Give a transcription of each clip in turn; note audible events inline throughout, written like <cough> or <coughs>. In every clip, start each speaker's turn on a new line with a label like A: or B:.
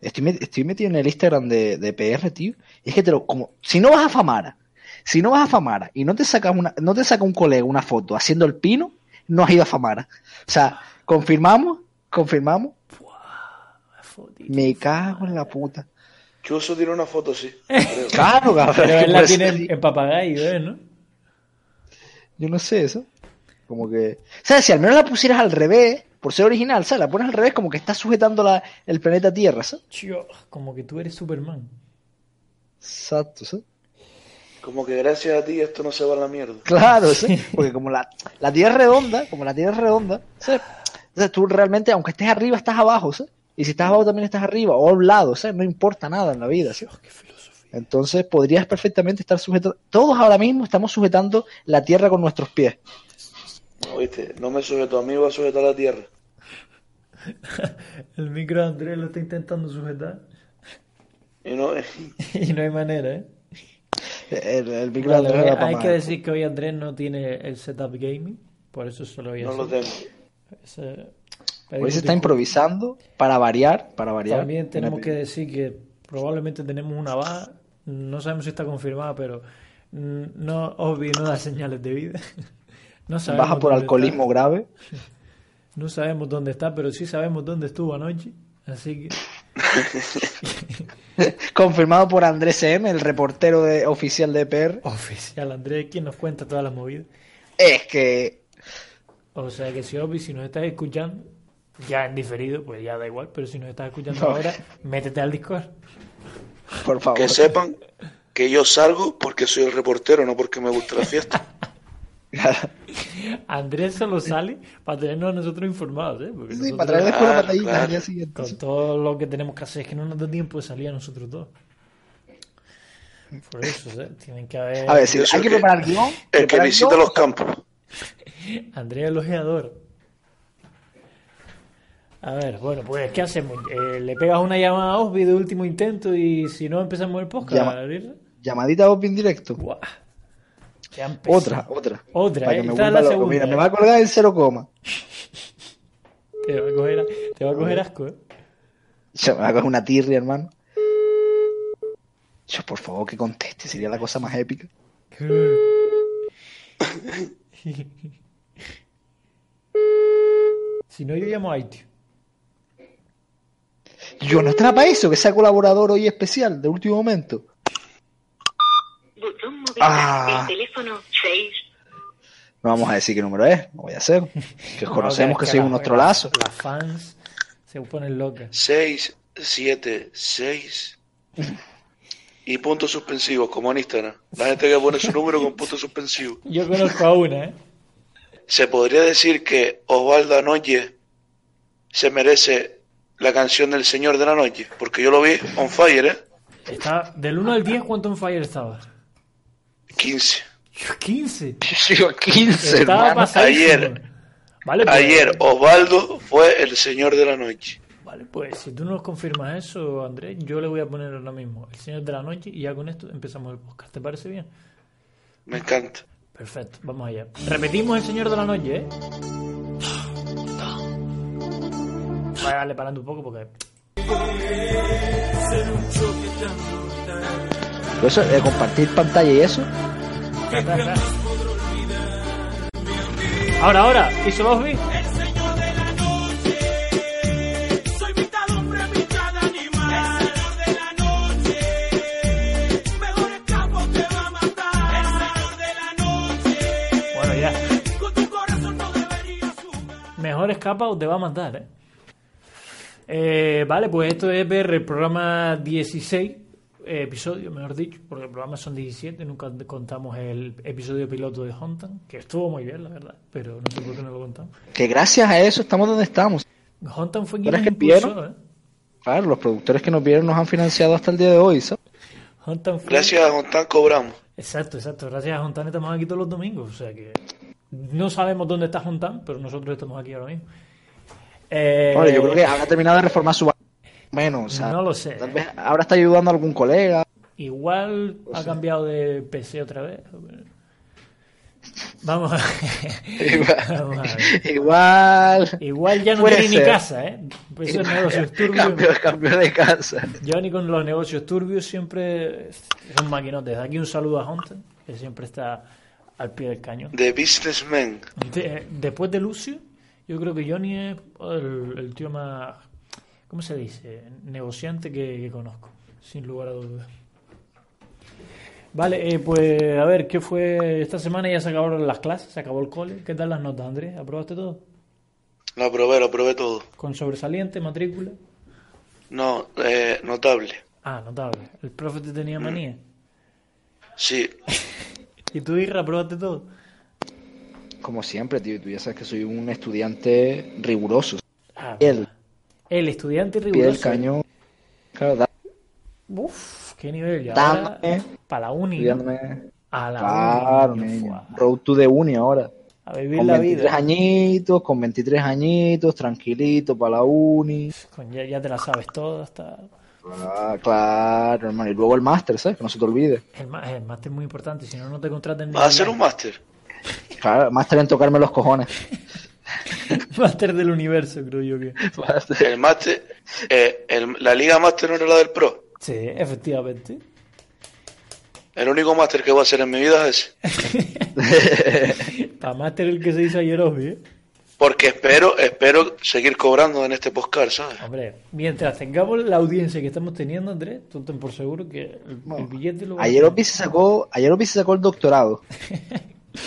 A: Estoy, met- estoy metido en el Instagram de, de PR, tío. Y es que te lo, como, si no vas a Famara, si no vas a Famara y no te saca una, no te saca un colega una foto haciendo el pino, no has ido a Famara. O sea, confirmamos, confirmamos, me cago en la puta.
B: Chuso tiene una foto, sí. creo.
A: Claro, cabrón. <laughs>
C: Pero
A: es que
C: él la
A: por eso
C: tiene
A: te
C: en,
A: digo.
C: en papagayo, ¿eh? ¿no?
A: Yo no sé eso. Como que. O sea, si al menos la pusieras al revés, por ser original, ¿sabes? La pones al revés, como que estás sujetando la, el planeta Tierra, ¿sabes?
C: Chío, como que tú eres Superman.
A: Exacto, ¿sabes?
B: Como que gracias a ti esto no se va a la mierda.
A: Claro, ¿sabes? Porque como la, la Tierra es redonda, como la Tierra es redonda, ¿sabes? Entonces tú realmente, aunque estés arriba, estás abajo, ¿sabes? Y si estás abajo también estás arriba, o a un lado, ¿sabes? No importa nada en la vida, ¿sabes? Entonces podrías perfectamente estar sujeto. Todos ahora mismo estamos sujetando la Tierra con nuestros pies.
B: No, ¿viste? no me sujeto a mí, va a sujetar a la tierra.
C: El micro de Andrés lo está intentando sujetar
B: Y no,
C: <laughs>
B: <laughs>
C: y no hay manera, ¿eh?
A: El, el micro de
C: Vale,
A: Andrés era
C: hay
A: para
C: que
A: más.
C: decir que hoy Andrés no tiene el setup gaming, por eso solo voy a
B: no lo
C: hacer.
B: tengo.
C: Ese-
A: Hoy se está
C: Disculpa.
A: improvisando para variar, para variar.
C: También tenemos que decir que probablemente tenemos una baja, no sabemos si está confirmada, pero mm, no, obvio, no da señales de vida. <laughs> No sabemos
A: baja por
C: dónde
A: alcoholismo
C: está.
A: grave. <laughs>
C: No sabemos dónde está, pero sí sabemos dónde estuvo anoche. Así que
A: Confirmado por Andrés M, el reportero de- oficial de E PR.
C: oficial Andrés, quien nos cuenta todas las movidas.
A: Es que
C: O sea que si Obi, si nos estás escuchando, ya en diferido, pues ya da igual, pero si nos estás escuchando
A: No.
C: ahora, métete al Discord.
A: Por favor.
B: Que sepan que yo salgo porque soy el reportero, no porque me gusta la fiesta.
C: Andrés solo sale para tenernos a nosotros informados, ¿eh? Porque
A: Sí,
C: nosotros-
A: para traer después la
B: Claro,
A: pantallita al
B: Ah, claro.
A: día siguiente.
C: Con todo lo que tenemos que hacer, es que no nos da tiempo de salir a nosotros dos. Por eso, ¿sabes? tienen que haber.
A: A ver, si
B: Yo soy
A: hay que
B: el que-
A: preparar el guión.
B: El que
A: preparar
B: visita
A: guión,
B: los campos.
C: Andrea el ojeador. A ver, bueno, pues, ¿qué hacemos? Eh, ¿Le pegas una llamada a Osby de último intento y si no empezamos el podcast?
A: Llama-
C: Ariel?
A: Llamadita a Opin directo.
C: Buah. Ya empezó.
A: Otra, otra.
C: Otra,
A: Para
C: eh,
A: que me
C: esta
A: vuelva
C: es la
A: loco.
C: segunda,
A: Mira,
C: eh.
A: me va a colgar en cero coma.
C: Te va a coger, te va a coger asco, ¿eh?
A: Se me va a coger una tirria, hermano. Yo, por favor, que conteste. Sería la cosa más épica.
C: <coughs> Si no, yo llamo a Haití.
A: Yo no estaba para eso, que sea colaborador hoy especial, de último momento.
D: Botón móvil
A: Ah.
D: del teléfono 6.
A: No vamos a decir qué número es, no voy a hacer.
C: <laughs>
A: Que conocemos que soy unos trolazos.
C: Las fans se ponen locas.
B: 6, 7, 6. Y puntos suspensivos, como en Instagram. La gente que pone su número con puntos suspensivos.
C: Yo conozco a una, ¿eh?
B: Se podría decir que Osvaldo Anoye se merece la canción del Señor de la Noche, porque yo lo vi on fire, ¿eh?
C: Está, del 1 al 10, ¿cuánto en Fire estaba?
B: 15.
C: Yo,
A: <laughs>
C: 15.
A: Yo 15,
C: Estaba
A: hermano.
C: pasadísimo.
B: ayer.
C: Vale, pues,
B: Ayer Osvaldo fue el Señor de la Noche.
C: Vale, pues si tú nos confirmas eso, Andrés, yo le voy a poner ahora mismo el Señor de la Noche y ya con esto empezamos el podcast. ¿Te parece bien?
B: Me encanta.
C: Perfecto, vamos allá. Repetimos el Señor de la Noche, ¿eh? Voy a darle parando un poco porque.
A: Pero eso, de compartir pantalla y eso.
C: Ahora, ahora, hizo Bosby.
E: Soy mitad hombre, mitad animal. El señor de la noche. Mejores capos te va a matar. El señor de la noche.
C: Bueno, ya.
E: Con tu corazón no deberías jugar.
C: Mejor escapa o te va a matar, ¿eh? Eh, vale, pues esto es ver el programa 16, eh, episodio, mejor dicho, porque el programa son 17, nunca contamos el episodio piloto de Hontan, que estuvo muy bien, la verdad, pero no sé por qué no lo contamos.
A: Que gracias a eso estamos donde estamos.
C: Hontan fue quien
A: ¿Pero
C: nos
A: es que
C: impulsó,
A: vieron?
C: ¿eh?
A: Claro, los productores que nos vieron nos han financiado hasta el día de hoy, ¿sabes?
C: Hontan fue...
B: Gracias a Jontán cobramos.
C: Exacto, exacto. Gracias a Hontan estamos aquí todos los domingos. O sea que no sabemos dónde está Hontan, pero nosotros estamos aquí ahora mismo. Eh,
A: Hombre, yo creo que habrá terminado de reformar su... Bueno, o sea,
C: No lo sé.
A: Tal vez ahora está ayudando a algún
C: <laughs>
A: colega.
C: Igual ha cambiado de PC otra vez. Vamos a ver. Vamos a
A: Igual. <laughs>
C: ver.
A: Igual.
C: Igual ya no
A: Puede
C: tiene ni
A: ser.
C: casa, ¿eh? Esos negocios
A: Cambio,
C: turbios.
A: cambio de casa.
C: Johnny con los negocios turbios siempre es un maquinote. Desde aquí un saludo a Hunter, que siempre está al pie del cañón.
B: The Businessman.
C: De- eh, después de Lucio, yo creo que Johnny es oh, el, el tío más, ¿cómo se dice? Negociante que, que conozco, sin lugar a dudas. Vale, eh, pues a ver, ¿qué fue? Esta semana ya se acabaron las clases, se acabó el cole. ¿Qué tal las notas, Andrés? ¿Aprobaste todo?
B: Lo aprobé, lo aprobé todo.
C: ¿Con sobresaliente, matrícula?
B: No, eh, notable.
C: Ah, notable. El profe te tenía manía.
B: Sí,
C: ¿Y tú, Irra, aprobaste todo?
A: Como siempre, tío, tú ya sabes que soy un estudiante riguroso.
C: Ah,
A: Piel,
C: El estudiante
A: pie del
C: riguroso.
A: cañón. Claro, da-
C: Uf, qué nivel. Y
A: Dame.
C: ahora, para la uni.
A: estudiándome.
C: A la
A: Claro,
C: uni,
A: niño.
C: fua.
A: Road to the uni ahora.
C: A vivir
A: Con
C: la
A: 23
C: vida.
A: añitos, con 23 añitos, tranquilito para la uni.
C: Con- ya, ya te la sabes todo. Hasta...
A: Ah, claro, hermano. Y luego el máster, ¿sabes? Que no se te olvide.
C: El, ma- el máster es muy importante, si no, no te contraten. ni
B: vas a
C: nada.
B: hacer un máster.
A: Claro, máster en tocarme los cojones.
C: <laughs> máster del universo, creo yo que.
B: El máster, eh, el- la liga máster no era la del pro.
C: Sí, <laughs> efectivamente.
B: El único máster que voy a hacer en mi vida es ese.
C: Para máster el que se hizo ayer, obvio. ¿eh?
B: Porque espero, espero seguir cobrando en este postcard, ¿sabes?
C: Hombre, mientras tengamos la audiencia que estamos teniendo, Andrés, tú ten por seguro que el, el
A: Bueno,
C: billete lo vas a
A: Ayer
C: tener.
A: Obi se sacó, ayer Obi se sacó el doctorado.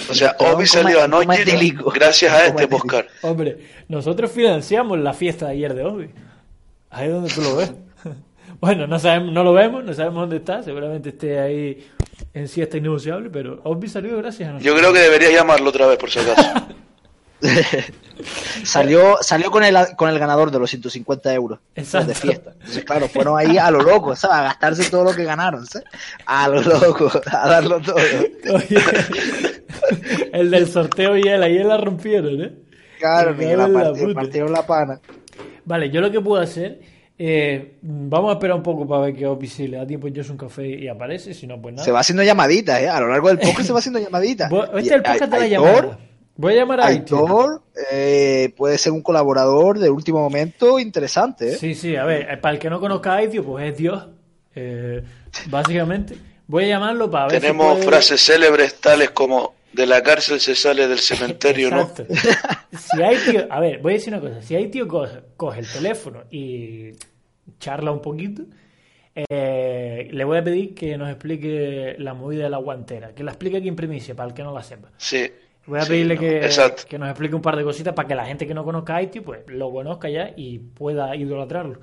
B: O sea,
A: Pero
B: Obi
A: un
B: salió
A: coma- un coma
B: anoche
A: etílico.
B: <laughs> gracias a
A: Un
B: este
A: coma etílico.
B: postcard.
C: Hombre, nosotros financiamos la fiesta de ayer de Obi. Ahí es donde tú lo ves. <laughs> bueno, no sabemos, no lo vemos, no sabemos dónde está. Seguramente esté ahí en siesta innegociable, pero Obi salió gracias a
B: Yo
C: nosotros.
B: creo que deberías llamarlo otra vez, por
C: <laughs>
B: si acaso.
A: Salió, salió con el con el ganador de los 150 euros
C: Exacto.
A: de fiesta. Entonces, claro, fueron ahí a lo loco, ¿sabes? A gastarse todo lo que ganaron, ¿sabes? A lo loco, a darlo todo.
C: Oye, <laughs> el del sorteo y él, ahí la rompieron, ¿eh?
A: Claro,
C: Me
A: Miguel,
C: cago en la
A: la parti-
C: puta.
A: partieron la pana.
C: Vale, yo lo que puedo hacer, eh, vamos a esperar un poco para ver que Obi si le da tiempo yo es un café y aparece, si no, pues nada.
A: Se va haciendo llamaditas, ¿eh? A lo largo del podcast se va haciendo llamaditas.
C: Voy- Este es el
A: Y-
C: podcast de la
A: Aitor-
C: llamada. Voy a llamar a Aitor.
A: Aitor eh, puede ser un colaborador de último momento interesante, ¿eh?
C: Sí, sí, a ver, eh, para el que no conozca a Aitio, pues es Dios, eh, básicamente. Voy a llamarlo para ver si
B: Tenemos
C: puede-
B: frases célebres tales como de la cárcel se sale del cementerio, ¿no?
C: Exacto. Si Aitio, a ver, voy a decir una cosa. Si Aitio coge, coge el teléfono y charla un poquito, eh, le voy a pedir que nos explique la movida de la guantera. Que la explique aquí en primicia, para el que no la sepa.
B: Sí.
C: Voy a
B: Sí,
C: pedirle
B: no,
C: que,
B: Exacto.
C: que nos explique un par de cositas para que la gente que no conozca a Aitio, pues lo conozca ya y pueda idolatrarlo.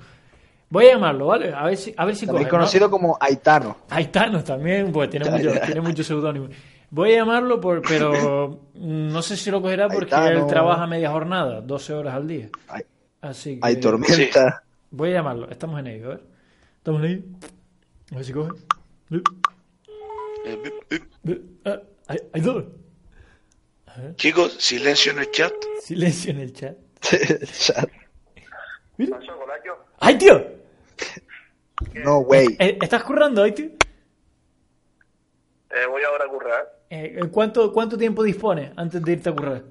C: Voy a llamarlo, ¿vale? A ver si, a ver si
A: También
C: coge, ¿no?
A: conocido como Aitano.
C: Aitanos también, pues tiene mucho, tiene mucho seudónimo. Voy a llamarlo, por, pero no sé si lo cogerá porque
A: Aitano.
C: él trabaja media jornada, 12 horas al día.
A: Ay-
C: Así que
A: Hay <laughs> tormenta.
C: voy a llamarlo. Estamos en ello, a ver. Estamos en ello. A ver si coge.
B: Eh, bip, bip.
C: Ah, Hay hay dos.
B: Chicos, silencio en el chat.
C: Silencio en el chat.
A: Ya.
C: ¡Ay, tío!
A: no, güey.
C: Eh, ¿Estás currando, ay, tío?
D: Eh, voy ahora a currar,
C: Eh, ¿cuánto, ¿Cuánto tiempo dispones antes de irte a currar?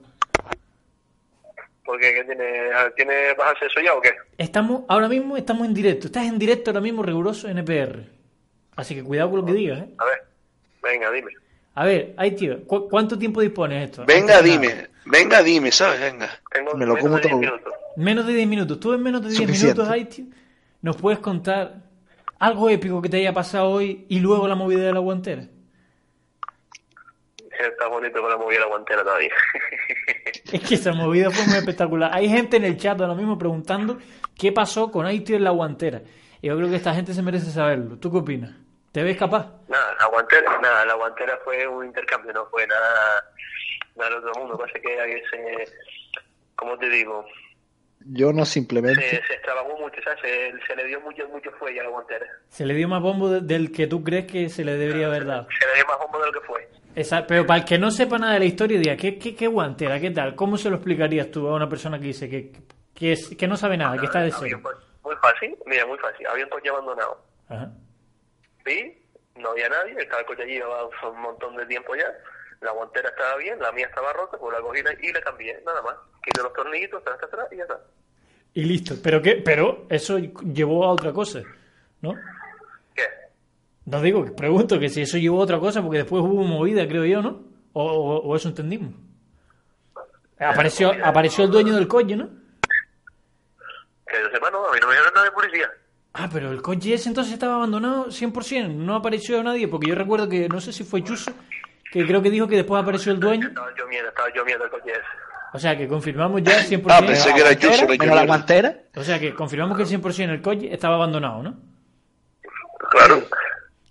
D: porque ¿qué tiene, Ah, ¿tiene más acceso ya o qué?
C: Estamos, ahora mismo estamos en directo. Estás en directo ahora mismo, riguroso, NPR. Así que cuidado con lo que digas, ¿eh?
D: A ver, venga, dime.
C: A ver, ahí tío, ¿cu- ¿cuánto tiempo dispones de esto?
B: Venga,
C: Antes de nada.
B: dime. Venga, dime, ¿sabes? Venga.
D: Tengo
A: Me lo
D: menos
A: como
D: de 10
A: todo.
D: minutos.
C: Menos de 10 minutos. Tú en menos de 10
A: Suficiente.
C: minutos, ahí tío, nos puedes contar algo épico que te haya pasado hoy y luego la movida de la guantera.
D: Está bonito que no moviera la guantera todavía. <laughs>
C: Es que esa movida fue muy espectacular. Hay gente en el chat ahora mismo preguntando qué pasó con Haití en la guantera. Yo creo que esta gente se merece saberlo. ¿Tú qué opinas? ¿Te ves capaz?
D: nada, la guantera, nada, la guantera fue un intercambio, no fue nada, nada del otro mundo. Pasa que ahí se, ¿cómo te digo?
A: Yo no simplemente.
D: Se, se extravagó mucho, ¿sabes? Se, se le dio mucho, mucho fuelle a la guantera.
C: Se le dio más bombo de- del que tú crees que se le debería haber dado.
D: Se le dio más bombo de lo que fue.
C: Esa- pero para el que no sepa nada de la historia, diga, ¿qué, qué, qué guantera? ¿Qué tal? ¿Cómo se lo explicarías tú a una persona que dice que, que, es- que no sabe nada, que está de
D: Ah, Había un
C: cero?
D: coche- Muy fácil, mira, muy fácil. Había un coche abandonado.
C: Ajá.
D: vi, no había nadie, estaba el coche allí llevaba un montón de tiempo ya, La guantera estaba bien, la mía estaba rota, pues la cogí la- y la cambié, nada más. Quité los tornillitos, tras, tras, tras, y ya está.
C: Y listo. Pero qué, pero eso llevó a otra cosa, ¿no?
D: ¿Qué?
C: No digo, que pregunto que si eso llevó a otra cosa, porque después hubo movida, creo yo, ¿no? O, o- o eso entendimos. Apareció, apareció el dueño del coche, ¿no?
D: Que yo sepa, no, a mí no me dijeron nada de policía.
C: Ah, pero el coche ese entonces estaba abandonado 100%, no apareció nadie, porque yo recuerdo que, no sé si fue Chuso, que creo que dijo que después apareció el dueño.
D: Estaba yo miedo, estaba yo miedo el coche ese.
C: O sea, que confirmamos ya el
B: Ah, pensé que
C: 100%.
B: era
A: guantera,
B: Yusu,
A: menos la guantera.
C: O sea, que confirmamos que el 100% el coche estaba abandonado, ¿no?
D: Claro.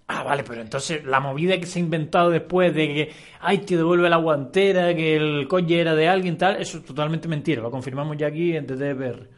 C: Ah, vale, pero entonces la movida que se ha inventado después de que, ay, te devuelve la guantera, que el coche era de alguien, tal, eso es totalmente mentira. Lo confirmamos ya aquí en TTPR.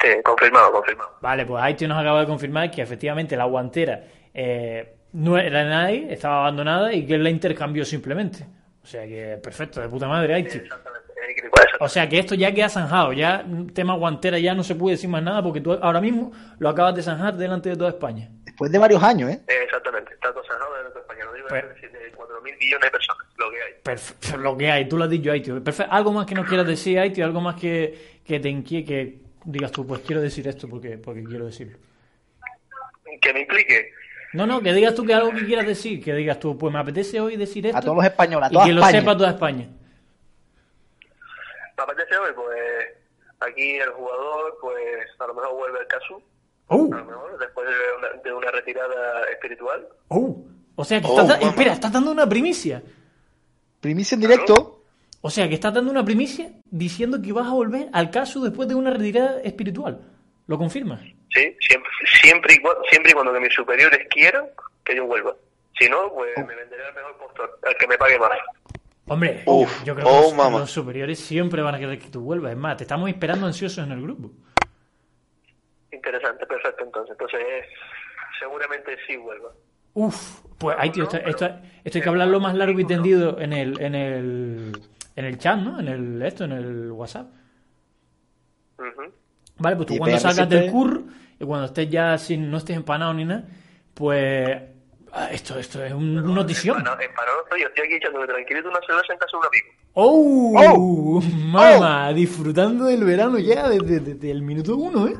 D: Sí, confirmado, confirmado.
C: Vale, pues Haití nos acaba de confirmar que efectivamente la guantera eh, no era de nadie, estaba abandonada y que él la intercambió simplemente. O sea que, perfecto, de puta madre, Haití.
D: Exactamente. Eh, que igual,
C: O sea que esto ya queda zanjado, ya mm, tema guantera ya no se puede decir más nada porque tú ahora mismo lo acabas de zanjar delante de toda España.
A: Después de varios años, ¿eh?
D: Eh, Exactamente, está todo sanado de los españoles. Digo,
C: Pero-
D: es decir, de 4.000 millones de personas, lo que hay.
C: Perfecto, lo que hay, tú lo has dicho, Haití. Perfecto. Algo más que nos quieras decir, Haití, algo más que, que te inquie, que digas tú, pues quiero decir esto porque, porque quiero decirlo.
D: Que me implique.
C: No, no, que digas tú que algo que quieras decir, que digas tú, pues me apetece hoy decir esto.
A: A todos los españoles, a
C: y
A: toda
C: que lo
A: España.
C: sepa toda España.
D: Me apetece hoy, pues aquí el jugador, pues a lo mejor vuelve al caso,
C: ¡Oh!
D: a lo mejor después de una, de una retirada espiritual.
C: ¡Oh! O sea, que
B: Oh,
C: estás, da-
B: mamá.
C: espera, estás dando una primicia.
A: Primicia en directo.
C: O sea, que estás dando una primicia diciendo que vas a volver al caso después de una retirada espiritual. ¿Lo confirmas?
D: Sí, siempre, siempre, y, cua- siempre y cuando que mis superiores quieran que yo vuelva. Si no, pues me venderé al mejor postor, al que me pague más.
C: Hombre,
B: Uf,
C: yo creo que
B: oh,
C: los- los,
B: mamá.
C: superiores siempre van a querer que tú vuelvas. Es más, te estamos esperando ansiosos en el grupo.
D: Interesante, perfecto entonces. Entonces, eh, seguramente sí vuelva.
C: Uf, pues ahí, tío, esto, esto- esto hay que hablarlo más largo y tendido en el, en el, en el chat, ¿no? En el, esto, en el WhatsApp.
D: Ujú.
C: Vale, pues tú
A: Y
C: cuando
A: PRCP.
C: salgas del curro y cuando estés ya sin, no estés empanado ni nada, pues ah, esto, esto es un,
D: eh,
C: una notición.
D: Empanado- empanado estoy, yo estoy aquí echándome tranquilito una cerveza en casa de un amigo.
C: ¡Oh!
A: ¡Oh!
C: ¡Mamá! Disfrutando del verano ya desde, desde el minuto uno, ¿eh?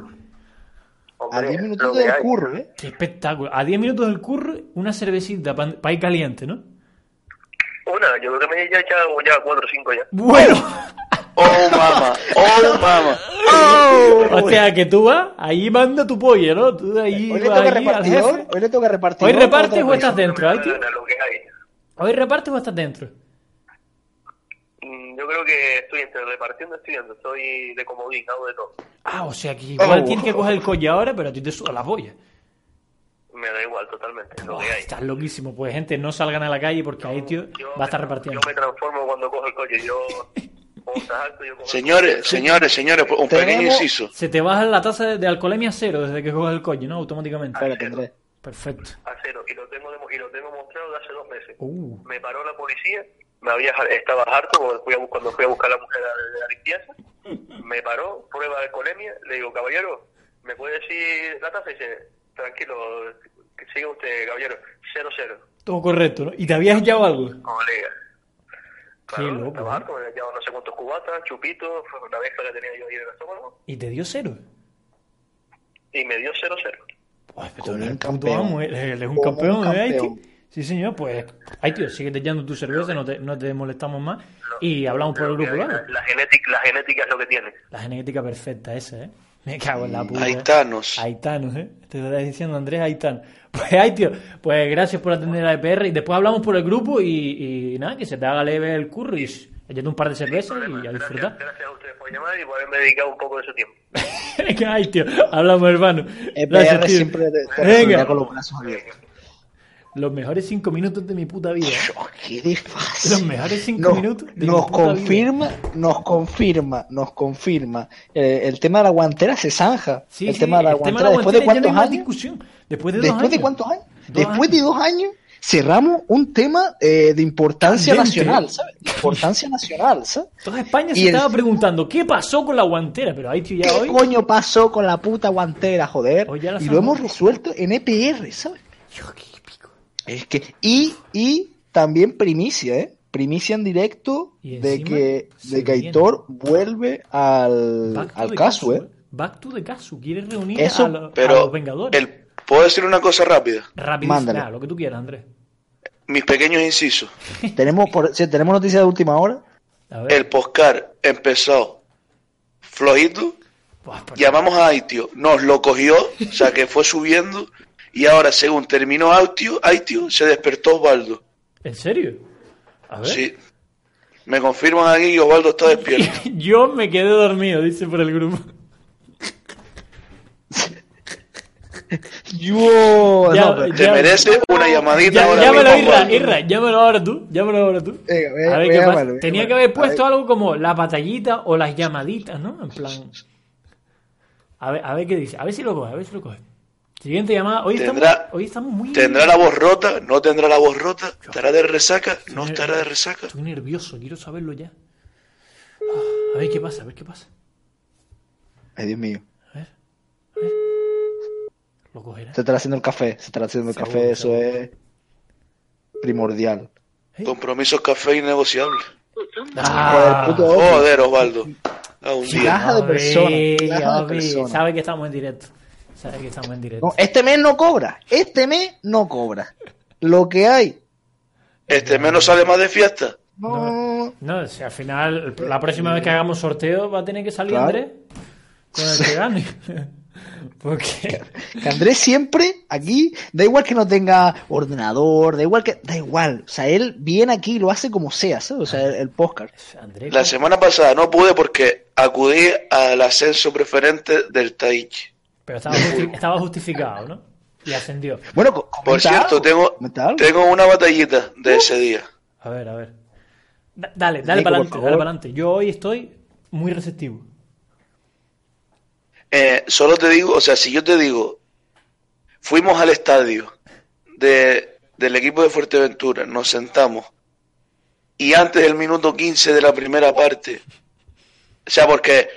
A: A
D: Hombre,
A: 10
D: lo
A: minutos
D: que
A: del
D: hay.
A: curro, ¿eh?
C: ¡Qué espectáculo! A 10 minutos del curro, una cervecita para ir caliente, ¿no?
D: Una, yo creo que me he echado ya cuatro o cinco ya.
C: ¡Bueno!
B: Oh, mama. Oh, mama.
C: o sea, que tú vas, ahí manda tu pollo, ¿no? Tú ahí
A: Hoy le
C: vas
A: toca
C: allí al
A: repartidor.
C: jefe.
A: Hoy le toca repartidor.
C: Hoy repartes
A: otra
C: o estás
A: persona.
C: dentro, ahí, tío.
D: Lo que hay.
C: Hoy repartes o estás dentro.
D: Mm, Yo creo que estoy entre repartiendo y estudiando, estoy de comodín, hago de todo.
C: Ah, o sea que igual
A: Oh.
C: tienes que coger el coche ahora, pero a ti te suda la polla.
D: Me da igual totalmente, lo
C: Buah,
D: que hay.
C: estás loquísimo. Pues, gente, no salgan a la calle porque ahí, tío,
D: Yo
C: va a estar
D: me-
C: repartiendo.
D: Yo me transformo cuando cojo el coche,
C: <laughs>
D: yo... como estás alto, yo cojo el
B: Señores,
D: coche.
B: señores, señores, un pequeño
A: Tenemos-
B: inciso.
C: Se te baja la tasa de, de alcoholemia a cero desde que coges el coche, ¿no? Automáticamente.
D: Ah.
A: Pero tendré.
C: Perfecto.
D: A cero, y lo tengo, demo- y lo tengo mostrado de hace dos meses.
C: Uh.
D: Me paró la policía, me había, estaba harto cuando fui a, bus- cuando fui a buscar a la mujer de la limpieza, me paró, prueba de alcoholemia, le digo, caballero, ¿me puede decir la tasa? Y dice, tranquilo, que siga usted, caballero, cero, cero.
C: Todo correcto, ¿no? ¿Y te habías echado algo?
D: Colega. Claro,
C: loco,
D: estaba
C: ¿eh?
D: harto, me llevaba no sé cuántos cubatas, chupitos, fue una mezcla que tenía yo ahí en el estómago,
C: ¿Y te dio cero?
D: y me dio cero, cero.
C: Pues, pero
A: Como
C: tú eres
A: un
C: un puto
A: campeón.
C: amo, eres, eres un
A: Como un
C: campeón, ¿eh,
A: campeón.
C: Haití? Sí, señor, pues. Ay, tío, sigue echando tu cerveza, no te, no te molestamos más. Y hablamos por el
D: Lo que
C: grupo
D: hay, la,
C: luego.
D: la genética, la genética es lo que tiene.
C: La genética perfecta esa, ¿eh? Me cago
A: Mm,
C: en la puta.
B: Aitanos.
C: Aitanos, ¿eh? Te lo estás diciendo Andrés Aitán. <laughs> Pues, ay, tío, pues gracias por atender a EPR. Y después hablamos por el grupo y, y nada, que se te haga leve el curro y sh, échate un par de cervezas y a
D: Gracias,
C: disfrutar.
D: gracias a ustedes por llamar y por haberme dedicado un poco de su tiempo.
C: Que, ay, tío, hablamos, hermano. Gracias,
A: EPR
C: tío.
A: E siempre te, te
C: Venga,
A: recibirá con los brazos abiertos.
C: los mejores cinco minutos de mi puta vida. ¿eh?
A: Oh, qué desfase.
C: Los mejores cinco
A: Nos-
C: minutos de mi
A: nos
C: puta vida.
A: confirma, nos confirma, nos confirma. Eh, el tema de la guantera se zanja.
C: Sí,
A: el
C: sí,
A: tema de la
C: el
A: guantera, después
C: guantera
A: de
C: ya no hay
A: cuántos
C: más
A: años.
C: discusión. Después de dos
A: Después de
C: años.
A: cuántos años.
C: Dos
A: Después
C: años.
A: de dos años cerramos un tema eh, de importancia
C: Candente.
A: nacional, ¿sabes? De Importancia nacional, ¿sabes?
C: Toda España
A: Y
C: se
A: el-
C: estaba preguntando qué pasó con la guantera, pero ahí tío ya
A: ¿Qué
C: hoy.
A: coño pasó con la puta guantera, joder?
C: Hoy ya la
A: Y lo
C: zanja.
A: hemos resuelto en EPR, ¿sabes?
C: Dios, qué épico.
A: Es que, y, y también primicia, ¿eh? primicia en directo
C: Y
A: de
C: encima
A: que,
C: se
A: de que
C: viene.
A: Aitor vuelve al,
C: Back to
A: al
C: the
A: caso, ¿eh?
C: Back to the caso. Quieres reunir
A: Eso,
C: a, lo- a
B: Pero,
C: los Vengadores.
B: el, ¿puedo decir una cosa rápida?
C: Rapidísimo.
A: Mándale.
C: Ah, lo que tú quieras, Andrés.
B: Mis pequeños incisos.
C: <laughs>
A: Tenemos, por, si tenemos noticias de última hora.
C: A ver.
B: El postcar empezó flojito,
C: Buah, pero-
B: llamamos a Aitio, nos lo cogió, o sea que fue subiendo, y ahora según terminó Aitio, Aitio se despertó Osvaldo.
C: ¿En serio? A ver.
B: Sí. Me confirman aquí que Osvaldo está despierto.
C: <laughs> Yo me quedé dormido, dice por el grupo.
A: Yo.
C: Ya-
A: no, pero-
B: Te
C: Ya-
B: mereces una llamadita
C: Ya,
B: ahora
C: llámalo,
B: mismo,
C: Irra,
B: Osvaldo.
C: Irra, llámalo ahora tú. Llámalo ahora tú.
A: Venga, ve-
C: a ver
A: ve
C: qué
A: a
C: pasa.
A: llámalo, ve a
C: Tenía
A: llámalo.
C: que haber
A: A
C: puesto
A: ver.
C: algo como la batallita o las llamaditas, ¿no? En plan. A ver, a ver qué dice. A ver si lo coge, a ver si lo coge. Siguiente llamada. Hoy,
B: Tendrá-
C: estamos, hoy estamos muy.
B: ¿Tendrá la voz rota? ¿No tendrá la voz rota? ¿Estará de resaca? ¿No estará de resaca?
C: Estoy nervioso, quiero saberlo ya. Ah, A ver qué pasa, a ver qué pasa.
A: Ay, Dios mío.
C: A ver. A ver. Lo cogerá.
A: Se estará haciendo el café. Se estará haciendo el
C: Seguro,
A: café. Eso
C: seguro.
A: es primordial.
B: Compromisos café innegociable.
C: Ah.
A: Joder, puto ojo.
B: Joder, Osvaldo. A un día.
A: Caja de
C: A
A: personas,
C: ver,
A: caja de
C: a ver,
A: personas.
C: Sabe que estamos en directo. Sabe que estamos en directo.
A: No, este mes no cobra. Este mes no cobra. Lo que hay.
B: Este menos sale más de fiesta.
A: No.
C: No, si al final, la próxima vez que hagamos sorteo va a tener que salir
A: Claro.
C: Andrés con el que gane. <laughs> Porque
A: Que Andrés siempre aquí, da igual que no tenga ordenador, da igual que. Da igual. O sea, él viene aquí y lo hace como sea, ¿sabes? O sea, el, el podcast.
C: Andrés,
B: La semana pasada no pude porque acudí al ascenso preferente del Taichi.
C: pero estaba, justi- estaba justificado, ¿no? Y ascendió.
A: Bueno, co-
B: Por
A: comenta
B: cierto,
A: algo,
B: tengo,
A: comenta algo.
B: tengo una batallita de ese día.
C: A ver, a ver. Da- dale, dale
A: Nico,
C: para
A: por
C: adelante,
A: favor.
C: dale para adelante. Yo hoy estoy muy receptivo.
B: Eh, solo te digo, o sea, si yo te digo, fuimos al estadio de, del equipo de Fuerteventura, nos sentamos, y antes del minuto 15 de la primera parte, o sea, porque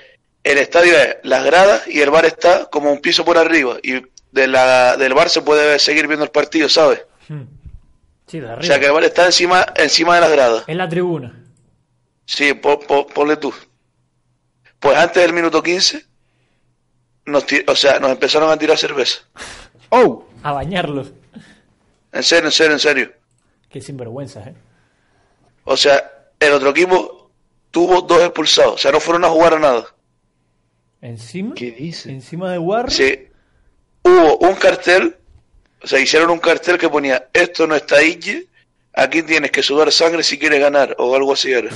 B: el estadio es las gradas y el bar está como un piso por arriba, y de la, del bar se puede seguir viendo el partido, ¿sabes?
C: Hmm. Sí, de
B: O sea, que
C: arriba.
B: el bar está encima, encima de las gradas.
C: En la tribuna.
B: Sí, po- po- ponle tú. Pues antes del minuto 15, nos ti- o sea, nos empezaron a tirar cerveza.
A: ¡Oh!
C: A bañarlos.
B: En serio, en serio, en serio.
C: Qué sinvergüenza, ¿eh?
B: O sea, el otro equipo tuvo dos expulsados. O sea, no fueron a jugar a nada.
C: Encima.
A: ¿Qué dice?
C: Encima de Warren.
B: Sí. Hubo un cartel. O sea, hicieron un cartel que ponía, esto no está Ige, aquí tienes que sudar sangre si quieres ganar, o algo así era.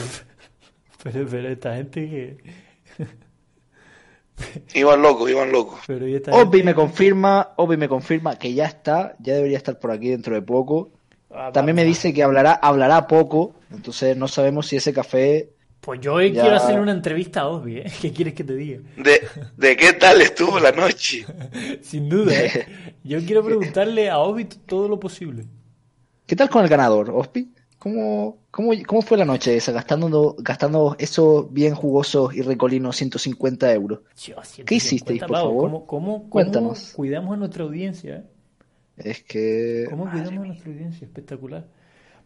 C: Pero, pero esta gente que.
B: Iban locos, iban locos.
C: Pero y esta
A: Obi
C: gente-
A: me confirma, Obi me confirma que ya está, ya debería estar por aquí dentro de poco.
C: Ah,
A: También me
C: vamos.
A: dice que hablará, hablará poco, entonces no sabemos si ese café.
C: Pues yo hoy
A: Ya.
C: quiero hacer una entrevista a Osby, ¿eh? <laughs> ¿Qué quieres que te diga?
B: De, ¿De qué tal estuvo la noche?
C: Sin duda,
A: <laughs>
C: ¿eh? Yo quiero preguntarle a Osby t- todo lo posible.
A: ¿Qué tal con el ganador, Ospi? ¿Cómo, cómo, cómo fue la noche esa, gastando, gastando esos bien jugosos y recolinos 150 euros?
C: Yo, 150
A: hicisteis, por
C: pavos.
A: favor?
C: ¿Cómo, cómo, cómo
A: Cuéntanos.
C: cuidamos a nuestra audiencia? ¿eh?
A: Es que.
C: ¿Cómo
A: madre
C: cuidamos a nuestra audiencia? Espectacular.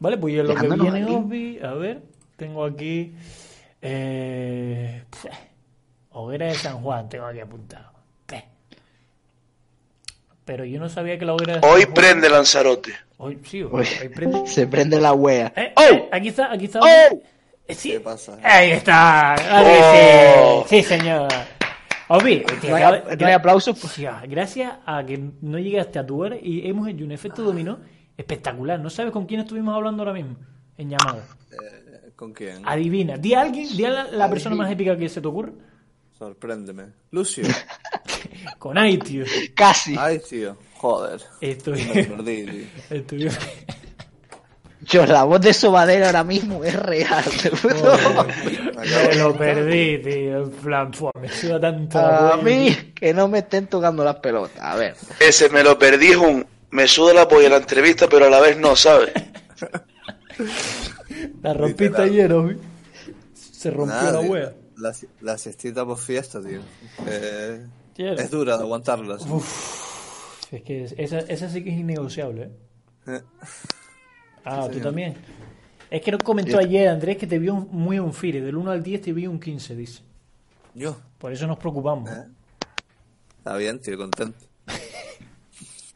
C: Vale, pues yo lo que
A: Dejándonos
C: viene
A: aquí.
C: Osby, a ver, tengo aquí. Eh, pf, hoguera de San Juan, tengo aquí apuntado. Pf. Pero yo no sabía que la hoguera de San
B: Hoy
C: Juan-
B: prende Lanzarote.
C: Hoy, sí, hoy,
A: Uy,
C: hoy
A: <laughs>
C: prende.
A: se prende la wea.
C: Eh,
A: ¡Oh!
C: eh, aquí está, aquí está.
A: ¡Oh!
C: Eh, sí.
F: ¿Qué pasa?
C: Ahí está. Claro que
B: ¡Oh!
C: sí. Sí, señor. Obi, te
A: No hay,
C: acabo-
A: ap- no hay aplausos. pues.
C: Hostia, ah, gracias a que no llegaste a tu hora y hemos hecho un efecto dominó espectacular. No sabes con quién estuvimos hablando ahora mismo en llamada.
F: ¿Con quién?
C: Ah. Adivina. Di a alguien, di a la, la persona más épica que se te ocurra.
F: Sorpréndeme.
C: <laughs>
F: Lucio.
C: Con ay, tío.
A: Casi.
F: Ay, tío. Joder.
C: <laughs>
F: Me
C: Estuvimos.
F: perdí, tío.
C: estuvimos- <laughs>
A: Yo, la voz de Sobadero ahora mismo es real. <laughs> te juro.
C: Me lo perdí, tío. En plan, fua, me suda tanto la
A: A
C: polla, tío.
A: mí, que no me estén tocando las pelotas. A ver.
B: Ese me lo perdí, es un... Me suda la polla la entrevista, pero a la vez no, ¿sabes?
C: La rompiste
F: Literal.
C: ayer, Obi. Se rompió
F: Nada,
C: la
F: tío.
C: wea.
F: La, si- la siestita por fiesta, tío. Eh,
C: Cierto.
F: es dura de aguantarlas.
C: Es que es- esa, esa sí que es innegociable, ¿eh?
F: Eh,
C: Ah, tú también. Es que nos comentó ayer, Andrés, que te vio un- muy un fire. Del 1 al 10 te vio un 15, dice.
F: Yo.
C: Por eso nos preocupamos.
F: Eh. Está bien, estoy contento.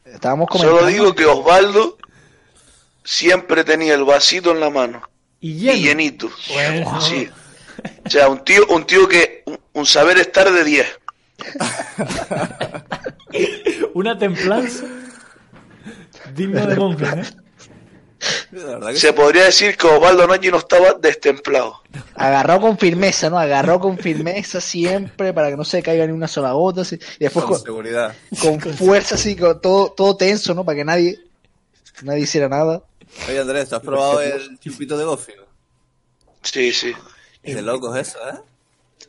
A: Estábamos comentando.
B: Solo digo que Osvaldo siempre tenía el vasito en la mano
C: Y
B: y
C: lleno.
B: llenito.
C: Bueno.
B: Sí. O sea, un tío, un tío que un, un saber estar de 10.
C: Una templanza digna de Monklin, ¿eh?
F: La verdad que
B: Se podría decir que Osvaldo Noñi no estaba destemplado.
A: Agarró con firmeza, ¿no? Agarró con firmeza siempre para que no se caiga ni una sola gota. así. Y después
F: con
A: con,
F: seguridad.
A: con fuerza, así, con todo, todo tenso, ¿no? Para que nadie, nadie hiciera nada.
F: Oye, Andrés, ¿tú has probado el chupito de gofio?
B: Sí, sí.
F: De locos eso, ¿eh?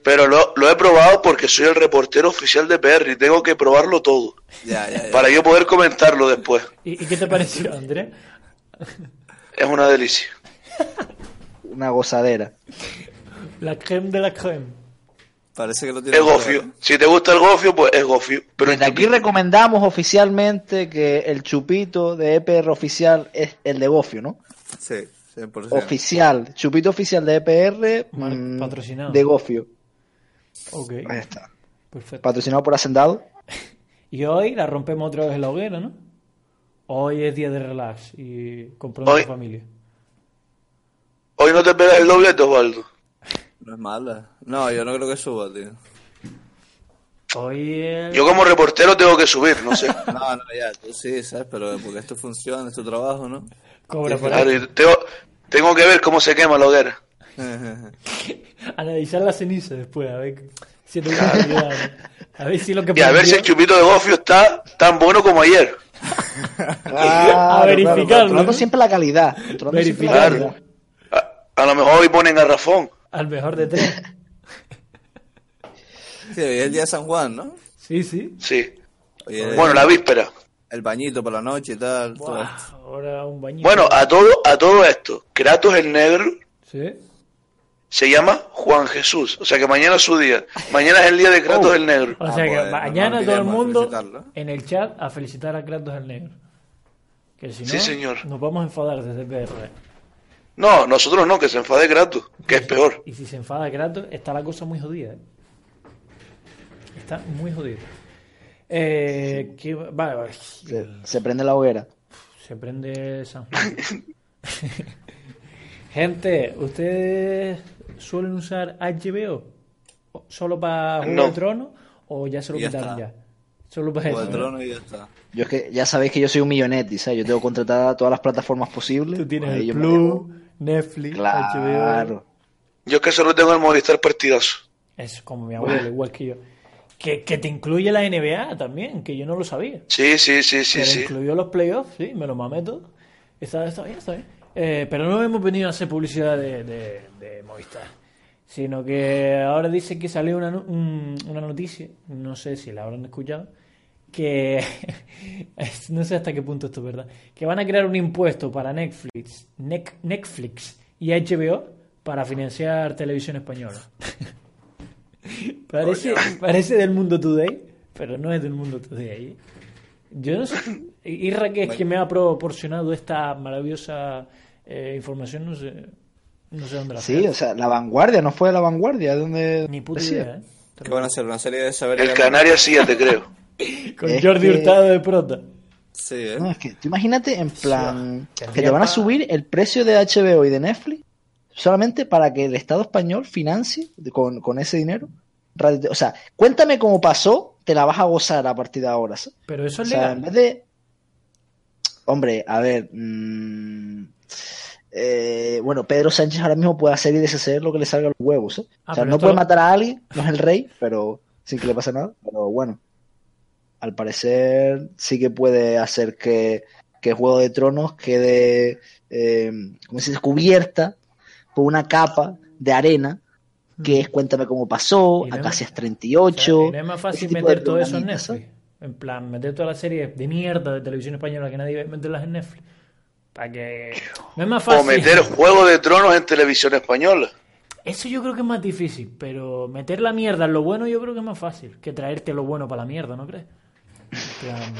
B: Pero lo, lo he probado porque soy el reportero oficial de Perry. Tengo que probarlo todo
F: Ya, ya, ya.
B: para yo poder comentarlo después.
C: ¿Y, y qué te
F: <laughs>
C: pareció, Andrés?
B: Es una delicia.
A: Una gozadera.
C: La creme de la creme.
F: Parece que lo tiene.
B: Es gofio. Si te gusta el gofio, pues es gofio. Pero
A: Desde aquí recomendamos oficialmente que el chupito de EPR oficial es el de Gofio, ¿no?
F: Sí, 100%.
A: Oficial, chupito oficial de EPR
C: Mar-
A: mm,
C: patrocinado.
A: de Gofio.
C: Ok,
A: Ahí
F: Eh.
A: está.
C: perfecto.
A: Patrocinado por <laughs> Hacendado.
C: Y hoy la rompemos otra vez en la hoguera, ¿no? Hoy es día de relax y compromiso
B: Hoy-
C: de familia.
B: hoy no te pegas el doblete, Osvaldo.
F: No es mala. No, yo no creo que suba, tío.
C: Hoy es...
B: Yo como reportero tengo que subir,
A: <laughs>
B: no sé.
F: No, no, ya, tú sí, ¿sabes? Pero porque esto funciona, es tu trabajo, ¿no?
C: Cobra por
B: Claro, y tengo, tengo que ver cómo se quema la hoguera.
C: Analizar la ceniza después, a ver si te hubiera olvidado, ¿no? A ver si lo que
B: Y a ver si el
C: prendió-
B: chupito de gofio está tan bueno como ayer.
A: Ah, Claro, claro,
C: verificarlo, ¿no?
A: controlando siempre la calidad. controlando siempre la
C: Verificarlo.
A: calidad.
B: A, a lo mejor hoy ponen garrafón.
C: Al mejor de tres.
F: Sí, hoy es el día de San Juan, ¿no?
C: Sí, sí.
B: Sí.
F: Hoy es
B: Bueno, la víspera.
F: el bañito por la noche y tal. todo
C: Buah,
F: esto.
C: ahora un bañito.
B: Bueno, a todo, a todo esto, Kratos el Negro
C: Sí.
B: se llama Juan Jesús. O sea que mañana es su día. Mañana es el día de
A: Oh.
B: Kratos el Negro.
C: O
F: Ah,
C: sea que
F: pues,
C: mañana
F: nos
C: todo el
F: olvidemos de
C: mundo
B: ¿eh?
F: felicitarlo.
C: en el chat a felicitar a Kratos el Negro. Que si no,
B: Sí, señor.
C: nos vamos a enfadar desde PR.
B: No, nosotros no, que se enfade Kratos, que es peor.
C: Y si se enfada Kratos, está la cosa muy jodida. ¿eh? Está muy jodida. Eh, que- vale, vale.
A: Se, se prende la hoguera.
C: Se prende
A: <laughs>
C: San Juan. <laughs> Gente, ¿ustedes suelen usar HBO solo para Juego
B: No.
C: de Tronos o ya se lo
F: Ya
C: quitaron
F: está.
C: ya? Solo para
F: O
C: eso.
F: el trono y ya está.
A: Yo es que ya sabéis que yo soy un millonetti, ¿sabes? Yo tengo contratada todas las plataformas posibles.
C: Tú tienes
A: Ahí
C: el
A: yo me llevo.
C: Blue, Netflix, HBO.
A: Claro.
B: Yo es que solo tengo el Movistar partidazo.
C: Es como mi abuelo, igual que yo. Que, que te incluye la NBA también, que yo no lo sabía.
B: Sí, sí, sí, sí,
C: pero
B: sí.
C: incluyó los playoffs, sí, me lo mamé todo. Está, está bien, está bien. Eh, pero no hemos venido a hacer publicidad de, de- de Movistar. Sino que ahora dice que salió una, nu- un- una noticia, no sé si la habrán escuchado, que <laughs> no sé hasta qué punto esto es verdad, que van a crear un impuesto para Netflix, Nec- Netflix y HBO para financiar televisión
B: <laughs>
C: española. parece, parece del mundo today, pero no es del mundo today. ¿eh? Yo
A: <laughs>
C: no sé. Irra, que es que me ha proporcionado esta maravillosa eh, información, no sé, no sé dónde la
A: Sí, o sea, la vanguardia, no fue la vanguardia. donde
C: Ni puta
A: decía.
C: idea, ¿eh? Te
F: ¿Qué
C: lo
F: van a hacer? ¿Una serie de saber?
B: El Canarias sí, ya te creo.
C: digo. Con
A: Es
C: Jordi
A: que-
C: Hurtado de Prota.
F: Sí, ¿eh?
A: No, es que tú imagínate en plan que
C: Tendría
A: te van
C: pa-
A: a subir el precio de HBO y de Netflix solamente para que el Estado español financie de- con, con ese dinero. radio- O sea, cuéntame cómo pasó, te la vas a gozar a partir de ahora. ¿sabes?
C: Pero eso
A: O
C: es
A: sea, en
C: legal.
A: vez de... Hombre, a ver... mm, eh, bueno, Pedro Sánchez ahora mismo puede hacer y deshacer lo que le salga a los huevos. ¿eh?
C: Ah,
A: o sea,
C: pero
A: no
C: esto
A: puede
C: lo-
A: matar a alguien, no es el rey, pero sin que le pase nada. Pero bueno, al parecer sí que puede hacer que, que Juego de Tronos quede, eh, como se dice, cubierta por una capa de arena que es Cuéntame cómo pasó,
C: Y no-
A: Acacias
C: Mm. O sea,
A: 38.
C: y no es más
A: ese
C: fácil
A: tipo de
C: meter todo eso en
A: programitas, ¿sabes?
C: Netflix. En plan, meter todas las series de mierda de televisión española que nadie ve, meterlas en Netflix. Para que. No es más <laughs> fácil.
B: O meter Juego de Tronos en televisión española.
C: Eso yo creo que es más difícil, pero meter la mierda en lo bueno yo creo que es más fácil que traerte lo bueno para la mierda, ¿no crees? En plan,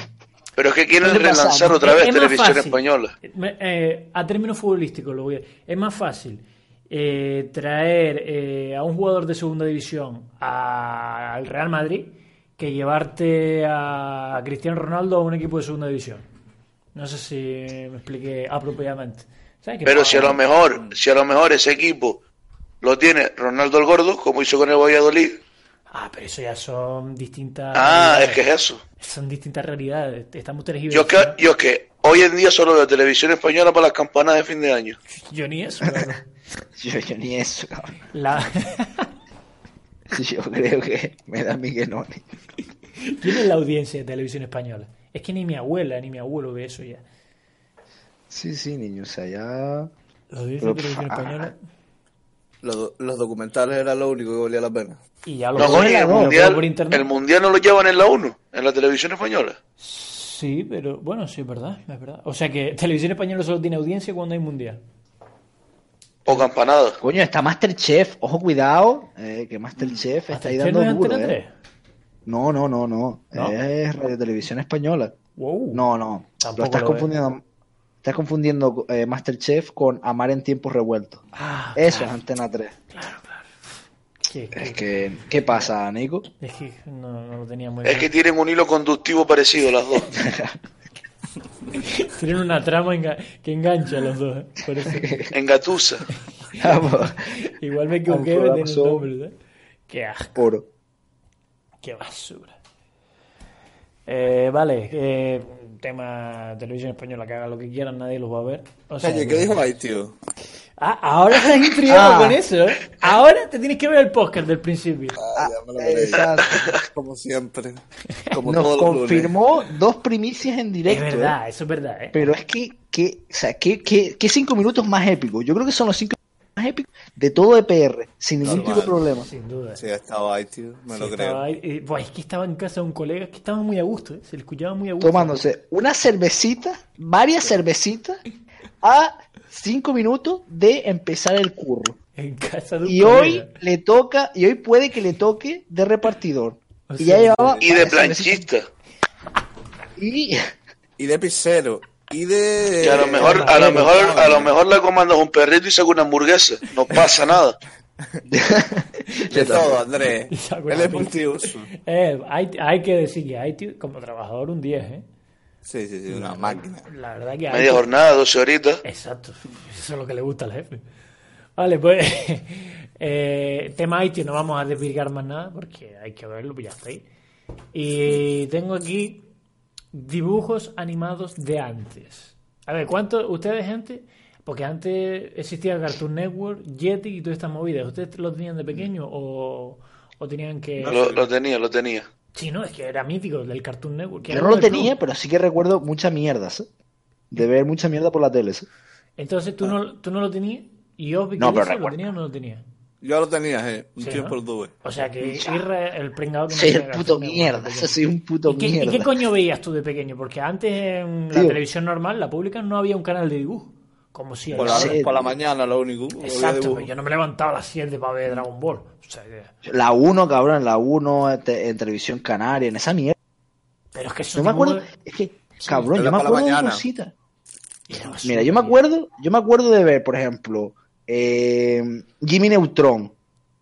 B: Pero es que quieren
A: ¿Qué te pasa?
B: relanzar otra vez
C: Es más
B: Televisión
C: fácil.
B: Española.
C: Me- eh, a términos futbolísticos, lo voy a- es más fácil eh, traer eh, a un jugador de segunda división a- al Real Madrid que llevarte a Cristiano Ronaldo a un equipo de segunda división. No sé si me expliqué apropiadamente. ¿Sabes qué
B: Pero
C: pasa?
B: si a lo mejor, si a lo mejor ese equipo lo tiene Ronaldo el Gordo, como hizo con el Valladolid.
C: Ah, pero eso ya son distintas.
B: Ah,
C: realidades.
B: es que es eso.
C: Son distintas realidades. Estamos
B: Yo es que,
C: tergiversando.
B: yo es que hoy en día solo veo televisión española para las campanas de fin de año.
C: Yo ni eso.
B: <laughs>
C: claro.
A: Yo, yo ni eso, cabrón.
C: La...
A: <laughs> Yo creo que me da a mí que no.
C: ¿Quién es la audiencia de televisión española? Es que ni mi abuela ni mi abuelo ve eso ya.
A: Sí, sí, niño, o sea, ya...
C: La audiencia
A: Pero,
C: de televisión
A: ah.
C: española.
F: Los, do- los documentales era lo único que valía la pena.
C: Y ya lo
B: No,
C: puedo-
B: coño, el
C: lo puedo
B: mundial,
C: por internet.
B: el mundial no lo llevan en la 1, en la televisión española.
C: Sí, pero bueno, sí, es verdad, es verdad. O sea que televisión española solo tiene audiencia cuando hay mundial.
B: O campanadas.
A: Coño, está Masterchef, ojo, cuidado, eh, que Masterchef está ahí
C: ¿Este
A: dando
C: no es
A: duro,
C: Antena
A: eh.
C: 3?
A: No, no, no, no,
C: ¿No?
A: es Radio Televisión Española.
C: Wow.
A: No, no,
C: Tampoco
A: lo estás
C: lo es.
A: confundiendo, estás confundiendo eh, Masterchef con Amar en tiempos revueltos.
C: Ah,
A: Eso es Antena 3.
C: que- que-
A: Es que, ¿qué pasa, Nico?
C: es que no, no lo tenía muy
B: Es que
C: bien.
B: tienen un hilo conductivo parecido
C: <laughs>
B: las dos.
C: Tienen una trama enga- que engancha a los dos. eh. Por
A: <laughs>
C: eso.
B: En Gatusa.
A: Vamos,
C: Igual me
A: Aunque
C: equivoqué de
A: la
C: tener
A: pasó-
C: nombre, ¿verdad? Qué asco,
A: puro.
C: qué basura. Eh, vale, eh, tema televisión española, que haga lo que quieran, nadie los va a ver. O sea,
F: Calle,
C: que-
F: ¿qué dijo ahí, tío?
C: Ah, ahora estás intrigado
A: Ah.
C: con eso, ¿eh? Ahora te tienes que ver el podcast del principio.
F: Ah, ya me lo veré.
A: Exacto.
F: Como siempre. Como
A: <laughs> Nos
F: todos los lunes.
A: confirmó dos primicias en
C: Es
A: directo. ¿eh?
C: verdad, eso es verdad, ¿eh?
A: Pero es que, que, o sea, que, que- que cinco minutos más épicos. Yo creo que son los cinco minutos más épicos de todo EPR, sin ningún
F: Normal.
A: tipo de problema.
C: Sin duda.
F: Sí, ha estado ahí, tío. Me
C: Sí,
F: lo creo.
C: estaba ahí, eh, buah, es que estaba en casa de un colega, es que estaba muy a gusto, ¿eh? Se le escuchaba muy a gusto.
A: Tomándose una cervecita, varias cervecitas, a cinco minutos de empezar el curro.
C: En casa de un
A: Y
C: colega.
A: hoy le toca, y hoy puede que le toque de repartidor.
C: O
A: Y
C: sea,
A: ya llevaba.
B: Y de
A: varias cervecitas.
B: planchista.
A: Y
F: Y de pizzero. Y de.
B: Que a lo mejor, a lo mejor, a lo mejor la comandas un perrito y saca una hamburguesa.
C: <laughs>
B: No pasa nada.
F: De todo, Andrés.
C: <laughs> Y saco
F: Él
C: la
F: es
C: pizza.
F: multiuso.
C: Eh, hay, hay que decir que Haití, como trabajador, un 10, ¿eh?
F: Sí, sí, sí, una máquina.
C: La verdad que
B: Media
C: Haití-
B: jornada, 12 horitas.
C: Exacto, eso es lo que le gusta al jefe. Vale, pues <laughs> eh, tema Haití, no vamos a desvirgar más nada porque hay que verlo, pues ya está ahí. Y tengo aquí dibujos animados de antes. A ver, ¿cuántos ustedes, gente? Porque antes existía Cartoon Network, Yeti y todas estas movidas. ¿Ustedes lo tenían de pequeño o, o tenían que...?
B: Lo, lo tenía, lo tenía.
C: Sí, no, es que era mítico del Cartoon Network. que
A: yo
C: era
A: no lo
C: uno del
A: tenía,
C: club.
A: pero sí que recuerdo mucha mierda, ¿sí? De ver mucha mierda por la tele, ¿eh? ¿sí?
C: Entonces tú no, tú no lo tenías y yo
A: No, pero
C: lo
A: recuerdo.
C: tenía o no lo tenía.
F: Yo lo tenía, eh. Un
C: Sí,
F: tiempo
C: ¿no?
F: lo tuve.
C: O sea que Irra, el pringado que no
A: Soy
C: tenía
A: el puto
C: Cartoon Network,
A: mierda,
C: de
A: eso
C: pequeño.
A: soy un puto
C: ¿Y qué, y
A: mierda.
C: qué coño veías tú de pequeño? Porque antes en la
A: Tío.
C: televisión normal, la pública, no había un canal de dibujo. Como si
F: Por
A: No
F: la,
A: sé,
F: por la
A: tío.
F: mañana, lo único.
C: Exacto,
F: Había
C: pero yo no me levantaba a las 7 para ver Dragon Ball. O sea que-
A: La 1, cabrón, la 1 este, en televisión canaria, en esa mierda.
C: Pero es que eso
A: Yo me
C: dibujo-
A: acuerdo, es que, cabrón,
F: era
A: yo me
F: para la
A: acuerdo de
F: mañana.
A: cositas.
C: Era basura,
A: Mira, yo me
C: tío.
A: acuerdo, yo me acuerdo de ver, por ejemplo, eh, Jimmy Neutron.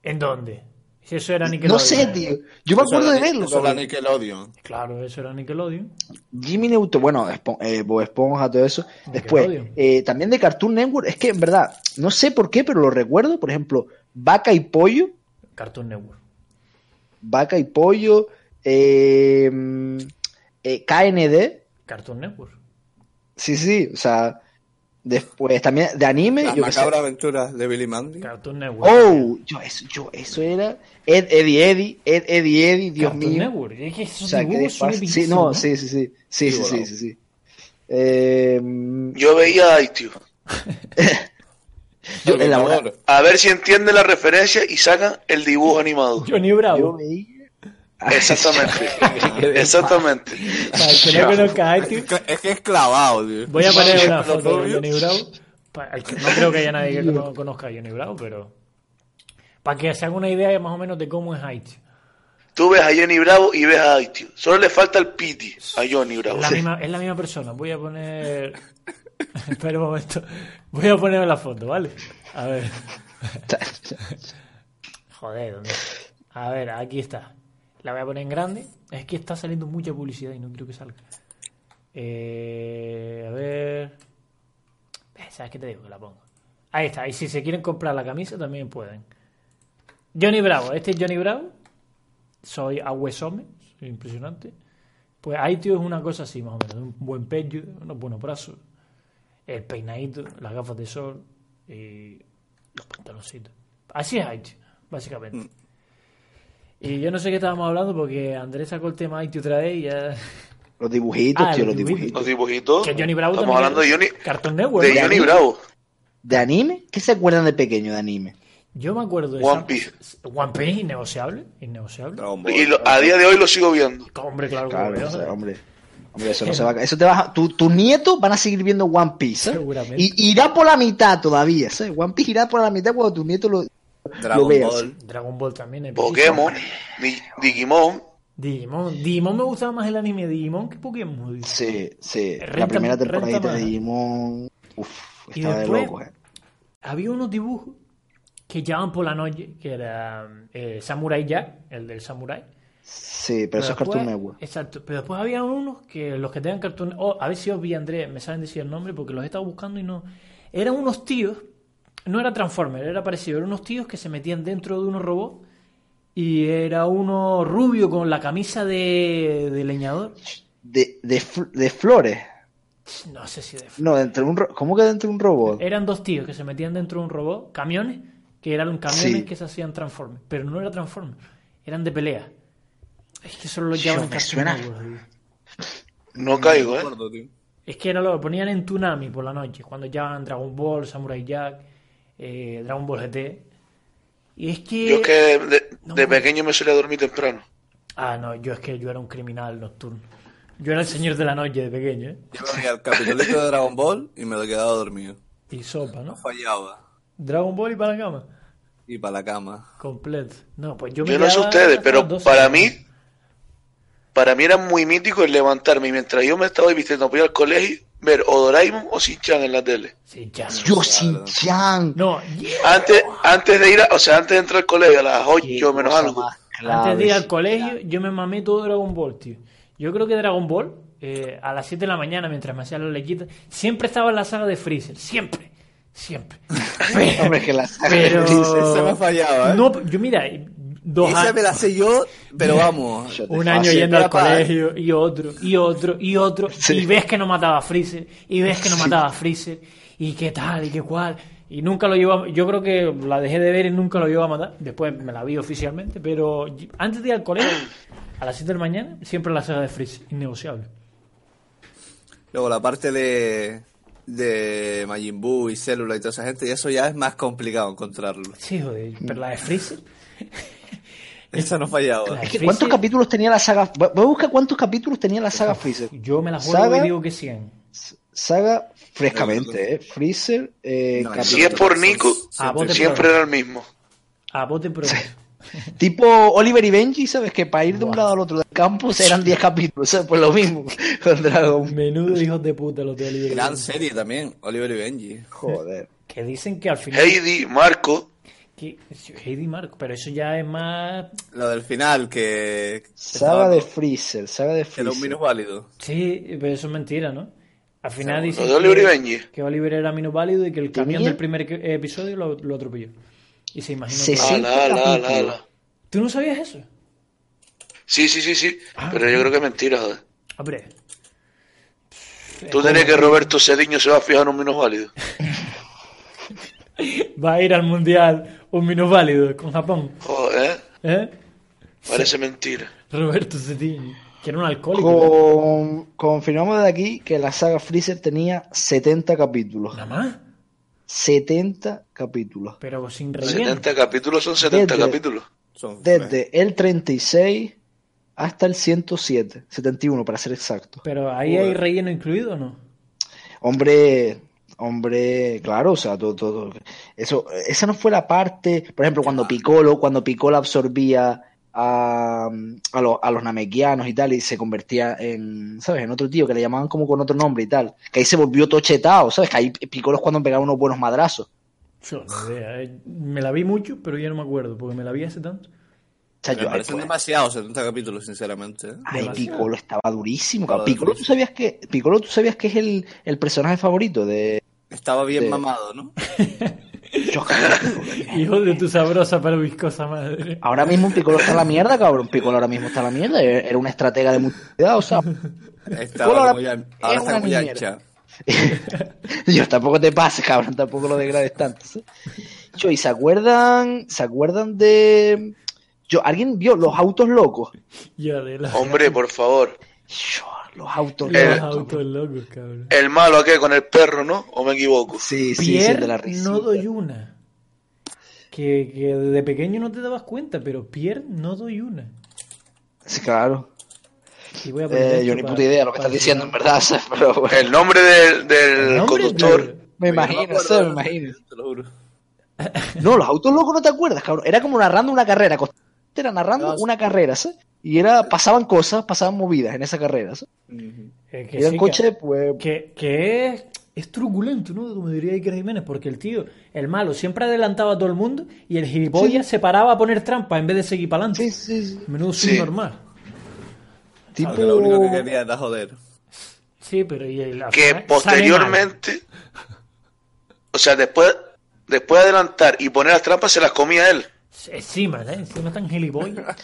C: ¿En dónde? Si eso era Nickelodeon.
A: No sé, tío. Yo me acuerdo de verlo,
F: Solo
A: cabrón.
F: Nickelodeon.
C: Claro, eso era Nickelodeon.
A: Jimmy Neutron, bueno, Espo- eh, Bob Esponja, todo eso. Después,
C: Nickelodeon.
A: eh, también de Cartoon Network, es que en verdad, no sé por qué, pero lo recuerdo, por ejemplo, Vaca y Pollo,
C: Cartoon Network.
A: Vaca y Pollo, eh, eh, KND,
C: Cartoon Network.
A: Sí, sí, o sea, después también de anime,
F: Las
A: yo qué sé.
F: macabras aventuras de Billy Mandy.
C: Cartoon Network.
A: Oh, yo eso, yo eso era Ed, Eddie, Eddie, Ed, Eddie, Eddie, Dios
C: Cartoon
A: mío.
C: Network. Es que esos
A: O sea, que
C: dibujos son
A: después- sí,
C: bellísimos,
A: no, sí, sí, sí, sí, sí,
F: Sí,
A: sí,
F: volado.
A: sí, sí. Eh, yo,
B: Yo veía a tío.
A: en la hora-
B: A ver si entiende la referencia y sacan el dibujo animado.
C: Johnny
A: yo
C: Bravo.
A: veía-
C: <laughs>
B: Exactamente. Exactamente.
C: Para el que no conozca a Active,
F: Es que es clavado, tío.
C: Voy a poner una
F: Los
C: foto de
F: novios.
C: Johnny Bravo. Pa- es que No creo que haya
F: <laughs>
C: nadie que no conozca a Johnny Bravo, pero. Para que se haga una idea más o menos de cómo es Haití.
B: Tú ves a Johnny Bravo y ves a Haití. Solo le falta el piti a Johnny Bravo.
C: Es la, misma, es la misma persona. Voy a poner. <laughs> Espera un momento. Voy a poner la foto, ¿vale? A ver. Joder, ¿dónde? A ver, aquí está. La voy a poner en grande. Es que está saliendo mucha publicidad y no quiero que salga. Eh, a ver. Eh, ¿Sabes qué te digo? Que la pongo. Ahí está. Y si se quieren comprar la camisa, también pueden. Johnny Bravo. Este es Johnny Bravo. Soy Aguesome. Soy impresionante. Pues ahí, tío, es una cosa así, más o menos. Un buen pecho, unos buenos brazos, el peinadito, las gafas de sol y los pantaloncitos. Así es Haití, básicamente. Y yo no sé qué estábamos hablando porque Andrés sacó el tema Haití otra vez y ya...
A: <laughs> Los dibujitos,
C: Ah,
A: tío,
C: los
A: los
C: dibujitos.
A: dibujitos.
B: Los dibujitos.
C: Que Johnny Bravo
B: Estamos
C: también
B: hablando de
C: es-
B: Johnny,
C: Cartoon Network.
B: de Johnny Bravo.
A: ¿De anime? ¿Qué se acuerdan de pequeño de anime?
C: Yo me acuerdo de...
B: One
C: Sam-
B: Piece.
C: One Piece, innegociable, innegociable.
F: Dragon Ball.
B: Y lo- a día de hoy lo sigo viendo.
C: Hombre, claro,
A: Claro,
C: que lo
A: o sea,
C: veo.
A: hombre. Hombre, eso no se va a... Eso te va a... Tu, tu nieto van a seguir viendo One Piece. ¿eh?
C: Seguramente.
A: Y irá por la mitad todavía, ¿sabes? One Piece irá por la mitad cuando tu nieto lo...
F: Dragon
A: lo veas.
F: Ball.
C: Dragon Ball también. es
B: Pokémon, Di- Digimon.
C: Digimon. Digimon me gustaba más el anime de Digimon que Pokémon.
A: Sí, sí.
C: Renta-
A: la primera temporadita
C: renta
A: de
C: más.
A: Digimon... Uf,
C: Y
A: estaba de
C: después-
A: loco, ¿eh?
C: había unos dibujos que llevaban por la noche, que era eh, Samurai Jack, el del Samurai.
A: Sí, pero, eso es
C: después-
A: Cartoon Network.
C: Exacto, pero después había unos que los que tengan Cartoon oh, a ver si os vi, Andrés, me saben decir el nombre porque los he estado buscando y no. Eran unos tíos, no era Transformer, era parecido, eran unos tíos que se metían dentro de unos robots y era uno rubio con la camisa de, de leñador.
A: De, de, fl- de flores.
C: No sé si de
A: No, dentro de un... ro- ¿Cómo que dentro de un robot?
C: Eran dos tíos que se metían dentro de un robot, camiones, que eran camiones
A: Sí.
C: que se hacían Transformers, pero no era Transformers, eran de pelea. Es que solo los llevaban en
A: me
C: Cartoon
A: suena.
C: Network, tío.
B: No caigo,
F: No me
B: ¿eh?
F: acuerdo, tío.
C: Es que era lo que ponían en Tsunami por la noche, cuando llevaban Dragon Ball, Samurai Jack, eh, Dragon Ball GT. Y es que...
B: Yo es que de, de-
C: No.
B: de pequeño me solía dormir temprano.
C: Ah, no, yo es que yo era un criminal nocturno. Yo era el señor de la noche de pequeño, ¿eh?
F: Yo me veía el capitolito de Dragon Ball y me lo quedaba dormido.
C: Y sopa, ¿no?
F: No fallaba.
C: Dragon Ball y para la cama.
F: Y para la cama.
C: Completo. No, pues yo me
B: Yo no sé
C: quedaba
B: ustedes,
C: hasta
B: pero
C: las 12 de
B: para
C: la
B: mí,
C: noche.
B: para mí era muy mítico el levantarme y mientras yo me estaba vistiendo para ir al colegio, ver o Doraemon o Shin-Chan en la tele.
C: Sí, ya.
A: Yo sin chan.
C: No,
B: Antes, antes de ir, a- o sea, antes de entrar al colegio a las
A: Qué
B: 8 menos
A: cosa
B: algo.
A: más
C: Antes de ir al
A: clave.
C: colegio, yo me mamé todo Dragon Ball, tío. Yo creo que Dragon Ball, eh, a las 7 de la mañana, mientras me hacía la lequita, siempre estaba en la saga de Freezer. Siempre.
F: <laughs>
C: Siempre.
A: <laughs>
C: Pero-
A: Hombre, que la saga de
C: pero...
A: Freezer,
F: esa me fallaba, ¿eh?
C: No, yo mira, dos
F: Esa me
C: años.
F: la sé yo,
A: <laughs>
F: pero vamos.
A: Yo te-
C: Un año
F: Así
C: yendo al
F: era pa-
C: colegio y otro, y otro, y otro,
A: Sí.
C: y ves que no mataba a Freezer, y ves que no mataba a Freezer, y qué tal, y qué cual, y nunca lo llevaba, yo creo que la dejé de ver y nunca lo llevaba a matar, después me la vi oficialmente, pero y- antes de ir al colegio, a las 7 de la mañana, siempre la saga de Freezer, innegociable.
F: Luego la parte de, de Majin Buu y Célula y toda esa gente, y eso ya es más complicado encontrarlo.
C: Sí, joder, pero la de Freezer,
F: Esa no fallaba.
C: Claro.
A: Es que,
C: Freezer-
A: ¿Cuántos capítulos tenía la saga? Voy voy a buscar cuántos capítulos tenía la saga Freezer.
C: yo me la juego
A: ¿Saga?
C: y digo que 100.
A: Saga frescamente, ¿eh? Freezer, eh,
F: No,
A: capítulo-
B: Si es por Nico,
C: Ah, vos te
B: siempre
C: pruebas.
B: era el mismo.
C: A bote pronto.
A: tipo Oliver y Benji, ¿sabes? Que para ir de un lado al otro del campus eran 10 capítulos, ¿sabes? Pues lo mismo <laughs> con Dragon Ball.
C: Menudo hijos de puta los de Oliver.
F: Gran serie también, Oliver y Benji.
A: Joder.
C: Que dicen que al final...
B: Heidi, Marco,
C: que- Heidi Marco, pero eso ya es más...
F: Lo del final, que. que
A: Saga
F: estaba-
A: de Freezer, saga de
F: Que era un
A: Freezer.
F: minus válido.
C: Sí, pero eso es mentira, ¿no? Al final dice
B: lo de Oliver y
C: que,
B: Benji.
C: que Oliver era minoválido y que el camión
A: ¿Tenía?
C: del primer que- episodio lo, lo atropelló. Y se imaginó
A: Sí,
C: todo.
A: sí.
B: ala, ala, ala,
A: capítulos.
B: ala.
C: ¿Tú no sabías eso?
B: Sí, sí, sí, sí. Pero yo creo que es mentira, joder.
C: Hombre,
B: Tú tenés que Roberto Cediño se va a fijar en un menos válido.
C: va a ir al mundial un minoválido con Japón.
B: Joder,
C: ¿Eh?
B: parece mentira.
C: Roberto Cetini, que era un alcohólico.
A: Con- confirmamos de aquí que la saga Freezer tenía 70 capítulos.
C: Nada más.
A: 70 capítulos.
C: Pero sin relleno.
B: 70 capítulos son 70
A: Desde-
B: capítulos.
F: Son-
A: Desde el 36 hasta el 107, 71 para ser exacto.
C: Pero ahí hay relleno incluido o no?
A: Hombre, hombre, claro, o sea, todo, todo- eso, esa no fue la parte, por ejemplo, cuando Piccolo, cuando Piccolo absorbía a, a, los, a los namequianos y tal, y se convertía en, ¿sabes? En otro tío que le llamaban como con otro nombre y tal. Que ahí se volvió tochetado, ¿sabes? Que ahí Piccolo es cuando pegaba unos buenos madrazos.
C: Yo ni idea, eh. Me la vi mucho, pero ya no me acuerdo, porque me la vi hace tanto.
A: O sea,
F: Me
A: yo, ay,
F: parecen
A: pues,
F: demasiados 70 capítulos, sinceramente. ¿eh?
A: ay,
C: demasiado.
A: Piccolo estaba durísimo. cabrón.
F: Estaba
A: Piccolo, ¿tú
F: durísimo.
A: sabías que, Piccolo, ¿tú sabías que es el, el personaje favorito de...
F: Estaba bien
A: Sí.
F: mamado,
A: <laughs>
F: ¿no?
A: Yo,
F: <laughs>
A: cabrón,
C: Hijo de tu sabrosa pero viscosa madre.
A: Ahora mismo Piccolo está en la mierda, cabrón. Piccolo ahora mismo está en la mierda. Eh, Era una estratega de mucho cuidado, o sea. <laughs> Piccolo
F: Estaba
A: ahora-
F: muy an-
A: era
F: ahora está
A: una
F: muy
A: niñera.
F: ancha.
A: Yo tampoco te pases, cabrón, tampoco lo degrades tanto. ¿sí? Yo, ¿y se acuerdan, se acuerdan de yo alguien vio los autos locos?
C: Ya de la...
B: Hombre, por favor.
A: Yo, los autos
C: Los
B: Eh,
A: locos.
C: autos locos, cabrón.
B: El malo aquel con el perro, ¿no? ¿O me equivoco?
A: Sí, sí, sí, el
C: Pierre
A: de la risa.
C: no doy una. Que, que de pequeño no te dabas cuenta, pero Pierre no doy una.
A: Sí, claro.
C: Y voy a poner
A: Eh,
C: esto
A: yo ni
C: para-
A: puta idea lo que
C: para
A: estás diciendo, en
C: tirar.
A: verdad, <laughs> ¿sí? pero bueno.
B: El nombre del, del
C: El nombre
B: conductor.
C: de-
A: Me
F: Yo
A: imagino,
F: acuerdo,
A: sí, me
F: ¿no?
A: imagino.
F: Te lo juro.
A: No, los autos locos no te acuerdas, cabrón. Era como narrando una carrera. Costantemente Era narrando
F: No, sí.
A: una carrera, ¿sí? Y era, pasaban cosas, pasaban movidas en esa carrera, ¿sí?
C: Eh, que
A: Y era
C: sí,
A: un
C: que-
A: coche, pues.
C: Que, que es, es truculento, ¿no? Como diría Iker Jiménez, porque el tío, el malo, siempre adelantaba a todo el mundo y el gilipollas se paraba a poner trampa en vez de seguir para
A: Sí,
C: adelante.
A: sí, sí.
C: Menudo
B: Sí.
C: subnormal.
A: Tipo.
F: Porque lo único que quería era joder.
C: Sí, pero y el, al
B: que
C: final sale mal.
B: posteriormente, o sea, después, después de adelantar y poner las trampas, se las comía él.
C: Encima, ¿eh? Encima
A: <laughs>
C: tan gilipollas.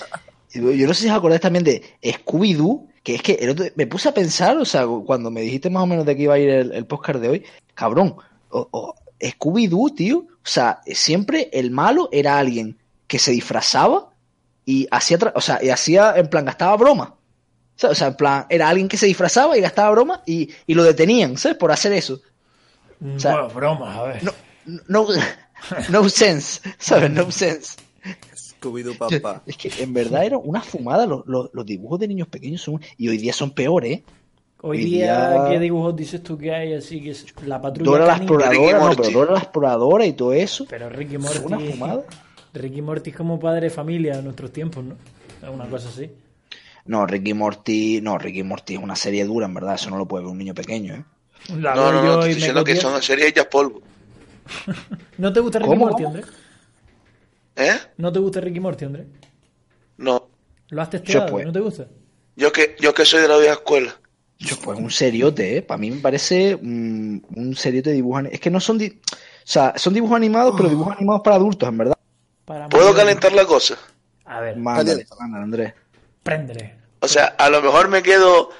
A: Yo yo no sé si os acordáis también de Scooby-Doo, que es que el otro- me puse a pensar, o sea, cuando me dijiste más o menos de qué iba a ir el, el podcast de hoy, cabrón, o- o- Scooby-Doo, tío, o sea, siempre el malo era alguien que se disfrazaba y hacía, tra- o sea, y hacía, en plan, gastaba broma. O sea, o sea, en plan, era alguien que se disfrazaba y gastaba broma y, y lo detenían, ¿sabes? Por hacer eso.
C: bueno,
A: sea,
C: bromas, a ver.
A: No, no, no sense, ¿sabes? No sense.
F: Scooby-Doo papá.
A: Es que en verdad era una fumada. Los, los- los dibujos de niños pequeños son. Y hoy día son peores, ¿eh?
C: Hoy
A: hoy
C: día,
A: día-
C: ¿qué dibujos dices tú que hay así que es la patrulla?
A: Dora la
C: canina?
B: Ricky
A: exploradora, no,
B: Morty.
A: pero Dora la exploradora y todo eso.
C: Pero Ricky
A: Una
C: Morty.
A: fumada.
C: <laughs> Ricky Morty es como padre de familia en nuestros tiempos, ¿no? Es Una cosa así.
A: No, Ricky Morty. No, Ricky Morty es una serie dura, en verdad. Eso no lo puede ver un niño pequeño, ¿eh?
C: La
B: no,
C: veo
B: no,
C: yo
B: no, estoy
C: y me
B: diciendo que
C: copié.
B: son series hechas polvo.
C: ¿No te gusta Ricky
A: ¿Cómo,
C: Morty,
A: cómo?
C: Andrés?
B: ¿Eh?
C: ¿No te gusta Ricky Morty, Andrés?
B: No.
C: ¿Lo has testeado?
A: Yo, pues.
C: ¿No te gusta?
B: Yo que, yo que soy de la vieja escuela.
A: Yo, pues un seriote, ¿eh? Para mí me parece mm, un seriote de dibujos. ani- Es que no son. di- O sea, son dibujos animados, pero dibujos animados para adultos, en verdad.
C: Para
B: ¿Puedo
C: morir.
B: calentar la cosa?
C: A ver,
A: Mándale, mándale, Andrés.
C: préndele.
B: O sea, a lo mejor me quedo.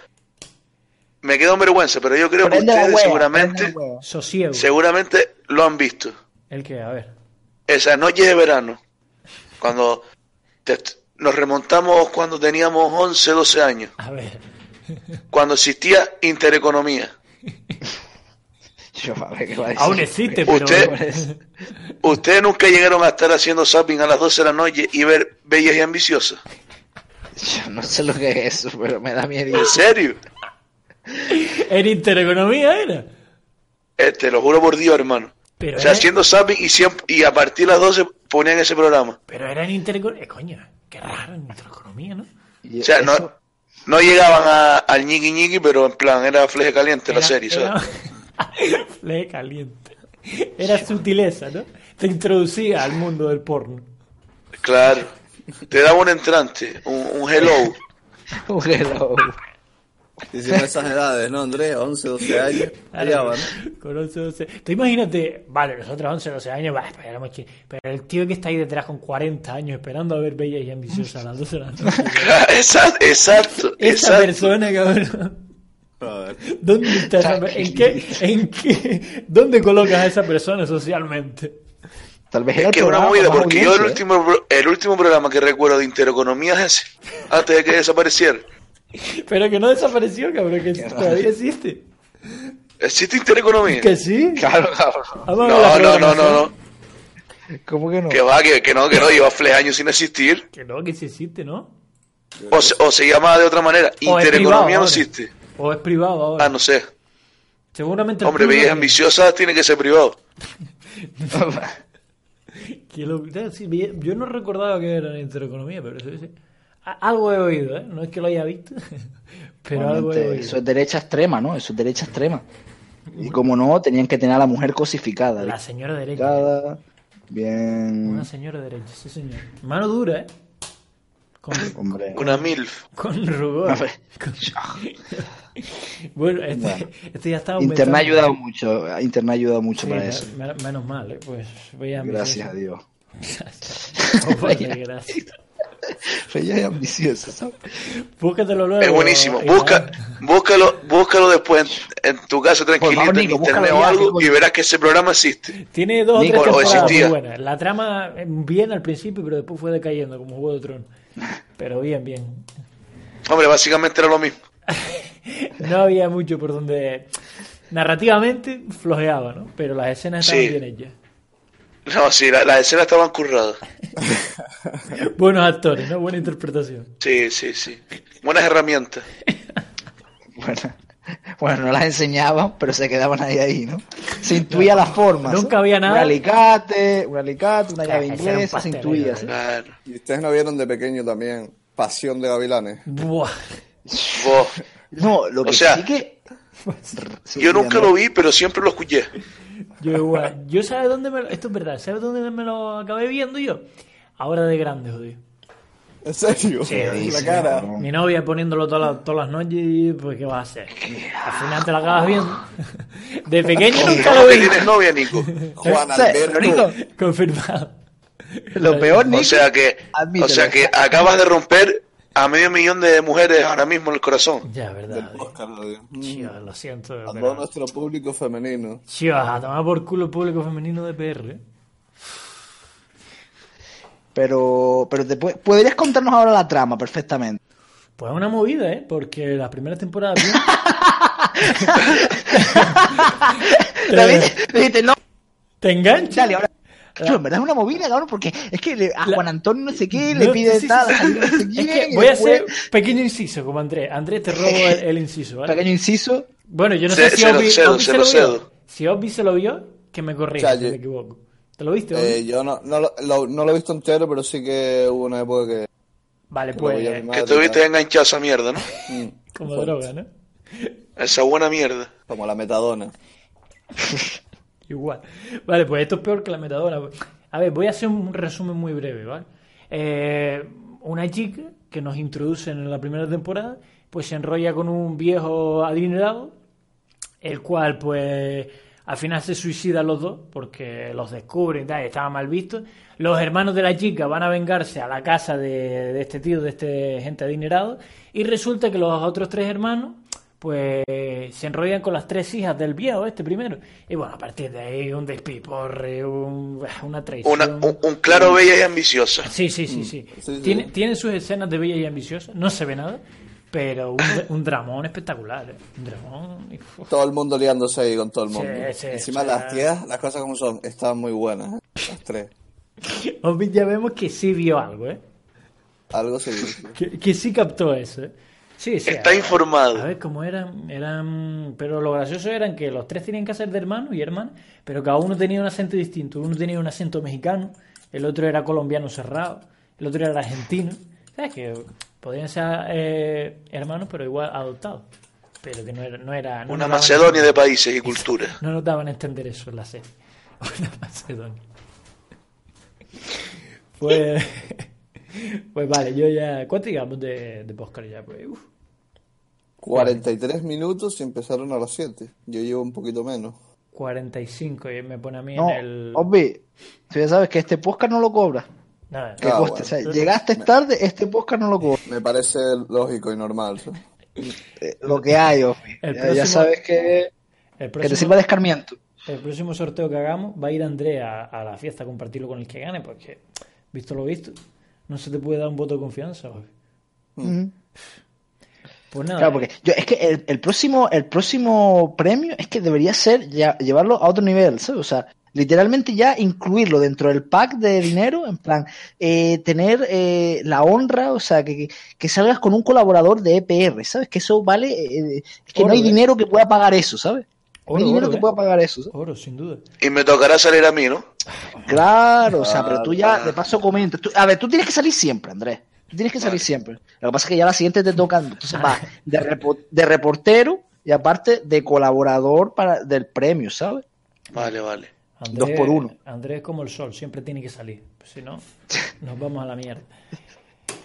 B: Me quedo en vergüenza, pero yo creo que
A: Prende la
B: ustedes
A: hueva,
B: seguramente,
A: prende la hueva.
C: Sosiego.
B: seguramente lo han visto.
C: ¿El que, A ver.
B: Esa noche de verano, cuando te- nos remontamos cuando teníamos 11, 12 años.
C: A
B: <laughs>
C: ver.
B: cuando existía Intereconomía.
A: Yo, a ver qué va a decir.
C: Aún existe, pero.
B: Usted- Ustedes nunca llegaron a estar haciendo zapping a las 12 de la noche y ver Bellas y Ambiciosas.
A: <laughs> Yo no sé lo que es eso, pero me da miedo.
B: ¿En serio?
C: En intereconomía era.
B: Eh, te lo juro por Dios, hermano.
C: Pero, ¿eh?
B: O sea,
C: era,
B: haciendo zapping y, siempre, y a partir de las 12 ponían ese programa.
C: pero era en intereconomía. Coño, qué raro en intereconomía, ¿no?
A: Y
B: O sea, no,
A: eso-
B: no llegaban a- al ñiqui ñiqui, pero en plan, era fleje caliente
C: Era-
B: la serie,
C: era-
B: ¿sabes?
C: <laughs> Le caliente. Era sutileza, ¿no? Te introducía al mundo del porno.
B: Claro. Te daba un entrante, un,
C: <laughs>
B: un hello.
A: Un reloj.
F: Y siempre esas edades, ¿no, Andrés?
A: <laughs>
F: 11, 12 años. Allá van.
C: Con 11, 12. Tú imagínate, vale, nosotros 11, 12 años, bah, pues éramos chi- pero el tío que está ahí detrás con 40 años esperando a ver Bella y Ambiciosa a las 12 de la
B: <laughs>
C: noche.
B: Exacto, exacto.
C: Esa
B: exacto.
C: persona, cabrón.
F: Joder.
C: ¿Dónde está esa per- ¿En qué, en qué, ¿Dónde colocas a esa persona socialmente?
A: Tal vez
B: Es
A: era
B: que es
A: el
B: una
A: programa
B: movida,
A: más
B: porque yo el
A: audiencia, ¿eh?
B: último, pro- el último programa que recuerdo de Intereconomía es ese, antes de que desapareciera.
C: Pero que no desapareció, cabrón, que
A: raro.
C: todavía existe.
B: ¿Existe Intereconomía?
C: Que sí.
A: Claro, cabrón.
C: Vamos a ver la
B: No, no, no, no,
C: programación.
B: no.
A: ¿eh? ¿Cómo que no?
B: <laughs> Que va, que, que no, que no, lleva fles años sin existir.
C: Que no, que sí existe, ¿no?
B: O se, o se llama de otra manera.
C: O es privado
B: Intereconomía no
C: ahora.
B: existe.
C: O es privado ahora.
B: Ah, no sé.
C: Seguramente. el
B: Hombre,
C: tuyo
B: bellas
C: que-
B: ambiciosas tiene que ser privado.
C: Que lo- eh, sí, bien, yo no recordaba que era intereconomía, pero sí, sí. A- Algo he oído, ¿eh? No es que lo haya visto, <laughs> pero algo he
A: Realmente,
C: oído.
A: Eso es derecha extrema, ¿no? Eso es derecha extrema. Y como no, tenían que tener a la mujer cosificada.
C: La señora derecha.
A: cosificada, Bien.
C: Una señora derecha, sí, señor. Mano dura, ¿eh?
A: <laughs>
C: Con,
A: Hombre.
B: Una MILF.
C: con rubor.
A: Hombre.
C: <laughs> Bueno, este, este ya está
A: Internet
C: aumentando.
A: ha ayudado mucho. ah, Internet ha ayudado mucho
C: Sí,
A: para
C: me-
A: eso.
C: me- menos mal, ¿eh? Pues voy a mi-
A: Gracias a Dios. <laughs>
C: Oh, <laughs> vale, gracias.
A: Reyes es ambicioso, ¿sabes?
C: Búscatelo luego.
B: Es buenísimo.
C: Iván.
B: Busca, búscalo, búscalo después en, en tu casa tranquilito
A: favor,
B: en
A: Nico,
B: internet
A: búscalo
B: o
A: ya, ¿qué
B: algo
A: coño?
B: y verás que ese programa existe.
C: Tiene dos o
A: Nico, o
C: tres temporadas muy
B: existía.
C: buenas. La trama eh, bien al principio, pero después fue decayendo como Juego de Tronos. Pero bien, bien.
B: Hombre, básicamente era lo mismo.
C: No había mucho por donde... Narrativamente flojeaba, ¿no? Pero las escenas estaban
B: Sí.
C: bien hechas.
B: No, sí, la- las escenas estaban curradas.
C: Buenos actores, ¿no? Buena interpretación.
B: Sí, sí, sí. Buenas herramientas.
A: Bueno, <laughs> bueno, no las enseñaban, pero se quedaban ahí, ahí ¿no? Se intuía la forma. ¿sí?
C: Nunca había nada.
A: Un alicate, un alicate, una
C: Claro,
A: llave
C: ese era un
A: inglesa, se
C: pastelero,
A: intuía.
C: ¿eh?
A: ¿sí?
B: Claro.
F: Y ustedes no vieron de pequeño también Pasión de Gavilanes.
C: Buah.
B: Buah.
A: No, lo que
B: sea,
A: sí
C: <laughs>
A: que. Sí,
B: Yo nunca
A: Leandro.
B: lo vi, pero siempre lo escuché.
C: Yo igual. Yo sabes dónde me lo... Esto es verdad. ¿Sabes dónde me lo acabé viendo yo? Ahora de grande, jodido.
F: ¿En serio?
A: ¿Qué dices,
F: la cara.
A: cabrón?
C: Mi novia poniéndolo todas las, todas las noches y pues ¿qué vas a hacer? Al final te la acabas viendo. <laughs> De pequeño nunca
B: ¿Cómo
C: lo
B: que
C: vi.
B: tienes novia, Nico?
F: Juan
A: Sí, Nico,
F: Alberto.
C: <laughs> Confirmado.
A: Lo peor, Nico.
B: O sea que,
A: Admítelo.
B: o sea que acabas de romper a medio millón de mujeres ahora mismo en el corazón.
C: Ya, verdad.
F: Del Oscar, lo digo.
C: Chivas, lo siento.
F: Mm, A todo
C: pero-
F: nuestro público femenino.
C: Chivas, a tomar por culo el público femenino de ¿eh? PR.
A: Pero, pero te pu- podrías contarnos ahora la trama perfectamente.
C: Pues una movida, ¿eh? Porque las primeras temporadas...
A: <laughs>
C: bien- Eh.
A: David, dijiste, no,
C: te engancha.
A: dale, ahora. Yo, en verdad es una movida, cabrón, porque es que le- a
C: La-
A: Juan Antonio no sé qué, le
C: No,
A: pide
C: sí, sí,
A: tal,
C: sí.
A: a no sé
C: Es
A: quién,
C: que
A: y
C: voy a
A: después-
C: hacer pequeño inciso, como Andrés. Andrés, te robo el, el inciso, ¿vale?
A: Pequeño inciso.
C: Bueno, yo no
B: Ce-
C: sé si
B: cedo,
C: Obi,
B: cedo,
C: Obi se
B: cedo,
C: lo vio.
B: cedo.
C: Si Obi se lo vio, que me corrija,
F: Chayo.
C: si me equivoco. ¿Te lo viste, Obi?
F: Eh, yo no, no, lo, lo- no lo he visto entero, pero sí que hubo una época que...
C: vale,
F: lo vi a mi
C: pues,
F: madre,
B: Que estuviste
F: ¿no?
B: enganchado a esa mierda, ¿no?
F: Mm,
C: como
F: fuerte.
C: droga, ¿no?
B: A Esa buena mierda.
F: Como la metadona.
C: Igual. Vale, pues esto es peor que la metadona. A ver, voy a hacer un resumen muy breve, ¿vale? Eh, una chica que nos introducen en la primera temporada, pues se enrolla con un viejo adinerado, el cual, pues, al final se suicidan los dos, porque los descubren y tal, y estaba mal visto. Los hermanos de la chica van a vengarse a la casa de, de este tío, de este gente adinerado, y resulta que los otros tres hermanos, pues se enrollan con las tres hijas del viejo este primero. Y bueno, a partir de ahí un despiporre, un- una traición.
B: Una, un, un claro, bella y ambiciosa.
C: Sí, sí, sí, sí.
F: sí, sí.
C: Tiene, tiene sus escenas de bella y ambiciosa, no se ve nada, pero un, un dramón espectacular. ¿eh? Un dramón... y- uf.
F: Todo el mundo liándose ahí con todo el mundo.
C: sí,
F: Encima
C: sí.
F: las tías, las cosas como son, estaban muy buenas. ¿eh? Las tres.
C: Obi ya vemos que sí vio algo, ¿eh?
F: Algo se dice.
C: Que, que sí captó eso, ¿eh? Sí, sí.
B: Está
C: a-
B: informado.
C: A ver cómo eran, eran. Pero lo gracioso eran que los tres tenían que ser de hermanos y hermanas, pero cada uno tenía un acento distinto. Uno tenía un acento mexicano, el otro era colombiano cerrado, el otro era argentino. ¿Sabes que podían ser eh, hermanos, pero igual adoptados? Pero que no era. No era no
B: Una
C: notaban-
B: Macedonia de países y culturas.
C: No nos daban a entender eso en la serie. <laughs> Una Macedonia. Pues. <laughs> Pues vale, yo ya. ¿Cuánto digamos de, de Oscar ya? Pues, uf.
F: 43 minutos y empezaron a las 7. Yo llevo un poquito menos.
C: 45 y me pone a mí
A: No,
C: en el...
A: Obi, tú ya sabes que este podcast no lo cobra.
C: Nada.
A: Que
F: Ah,
A: coste,
F: bueno.
A: o sea, llegaste tarde, este podcast no lo cobra.
F: Me parece lógico y normal. ¿sí?
A: Eh, Lo que hay, Obi. Ya,
C: El
A: ya
C: próximo-
A: sabes que, que te sirva
C: el, próximo,
A: de escarmiento.
C: el próximo sorteo que hagamos va a ir Andrés a, a la fiesta a compartirlo con el que gane, porque, visto lo visto, no se te puede dar un voto de confianza. Jorge.
A: Ujú.
C: Pues nada,
A: Mm. Claro, porque yo, es que el, el próximo, el próximo premio es que debería ser ya- llevarlo a otro nivel, ¿sabes? O sea, literalmente ya incluirlo dentro del pack de dinero, en plan, eh, tener eh, la honra, o sea, que, que- que salgas E con un colaborador de EPR, ¿sabes? Que eso vale, eh, es que
C: Oro,
A: no hay
C: ¿eh?
A: dinero que pueda pagar eso, ¿sabes? No hay
C: Oro,
A: dinero
C: oro,
A: que
C: ¿eh?
A: pueda pagar eso. ¿sí?
C: Oro, sin duda.
B: Y me tocará salir a mí, ¿no?
A: Claro, o sea, pero tú ya de paso comentas. Tú- a ver, tú tienes que salir siempre, Andrés. Tú tienes que salir siempre. Lo que pasa es que ya la siguiente te tocan. Entonces vas de, repo- de reportero y aparte de colaborador para del premio, ¿sabes?
B: Vale, vale.
A: Dos por uno.
C: Andrés es como el sol, siempre tiene que salir.
A: <laughs>
C: Si no, nos vamos a la mierda.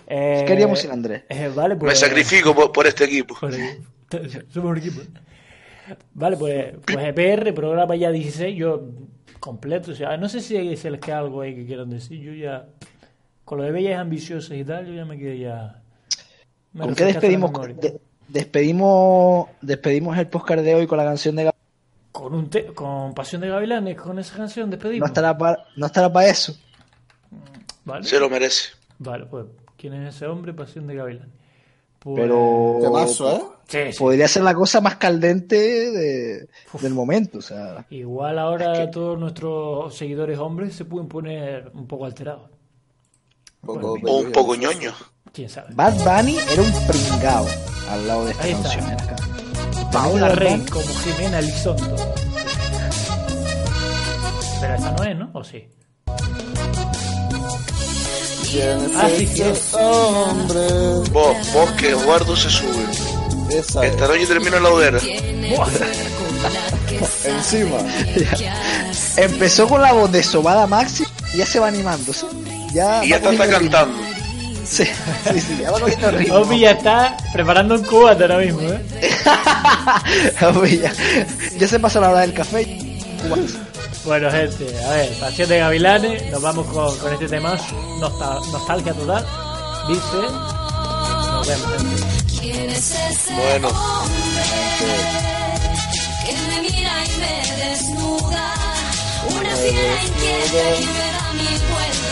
C: Eh,
A: ¿Qué haríamos sin Andrés?
C: eh, vale,
B: Me
C: pues,
B: sacrifico por, por este equipo.
C: por el- Somos un equipo. Vale, pues, pues EPR, programa ya 16, yo completo. O sea, no sé si se les queda algo ahí que quieran decir. Yo ya, con lo de Bellas Ambiciosas y tal, yo ya me quedé ya. me
A: ¿Con qué
C: refrescaste la
A: despedimos?
C: memoria.
A: de- despedimos despedimos el podcast de hoy con la canción de Gab-
C: Con, un te- con Pasión de Gavilanes, con esa canción
A: no
C: despedimos.
A: estará para no estará para eso
C: Vale.
B: Se lo merece.
C: Vale, pues, ¿quién es ese hombre? Pasión de Gavilán. Pues-
A: pero pues,
F: Temazo, ¿eh?
C: Sí, sí.
A: podría ser la cosa más caldente de- del momento o sea
C: Igual ahora todos nuestros seguidores hombres se pueden poner un poco alterados.
F: Un poco,
C: pues,
B: O un poco ñoño.
C: ¿Quién sabe?
A: Bad Bunny era un pringao al lado de esta
C: Ahí está.
A: canción ¿eh?
C: Paola
A: Bad
C: Rey
A: Bunny.
C: como Jimena Elizondo. Pero esta no es, ¿no? ¿O sí?
F: Yo
C: Ah, sí, sí es.
F: hombre.
B: Vos, vos que Eduardo se sube.
F: Esa es.
B: Esta noche termino en la hoguera. <laughs>
F: Encima.
A: empezó con la voz de Sobada Maxi y ya se va animando ¿sí? ya
B: Y ya
A: va
B: está, está
A: cogiendo ritmo.
B: cantando.
A: sí, sí, sí, ya va
C: <laughs>
A: cogiendo ritmo <laughs>
C: Obi ya está preparando un cubata ahora mismo, ¿eh?
A: Obi, ya, ya se pasó la hora del café
C: Bueno, gente, a ver, Pasión de Gavilanes, nos vamos con, con este tema, nostal nostalgia total. Dice, nos vemos, gente.
G: ¿Quién es ese
B: Bueno.
G: hombre que me mira y me desnuda? Una fiera inquieta que me da mi vuelta.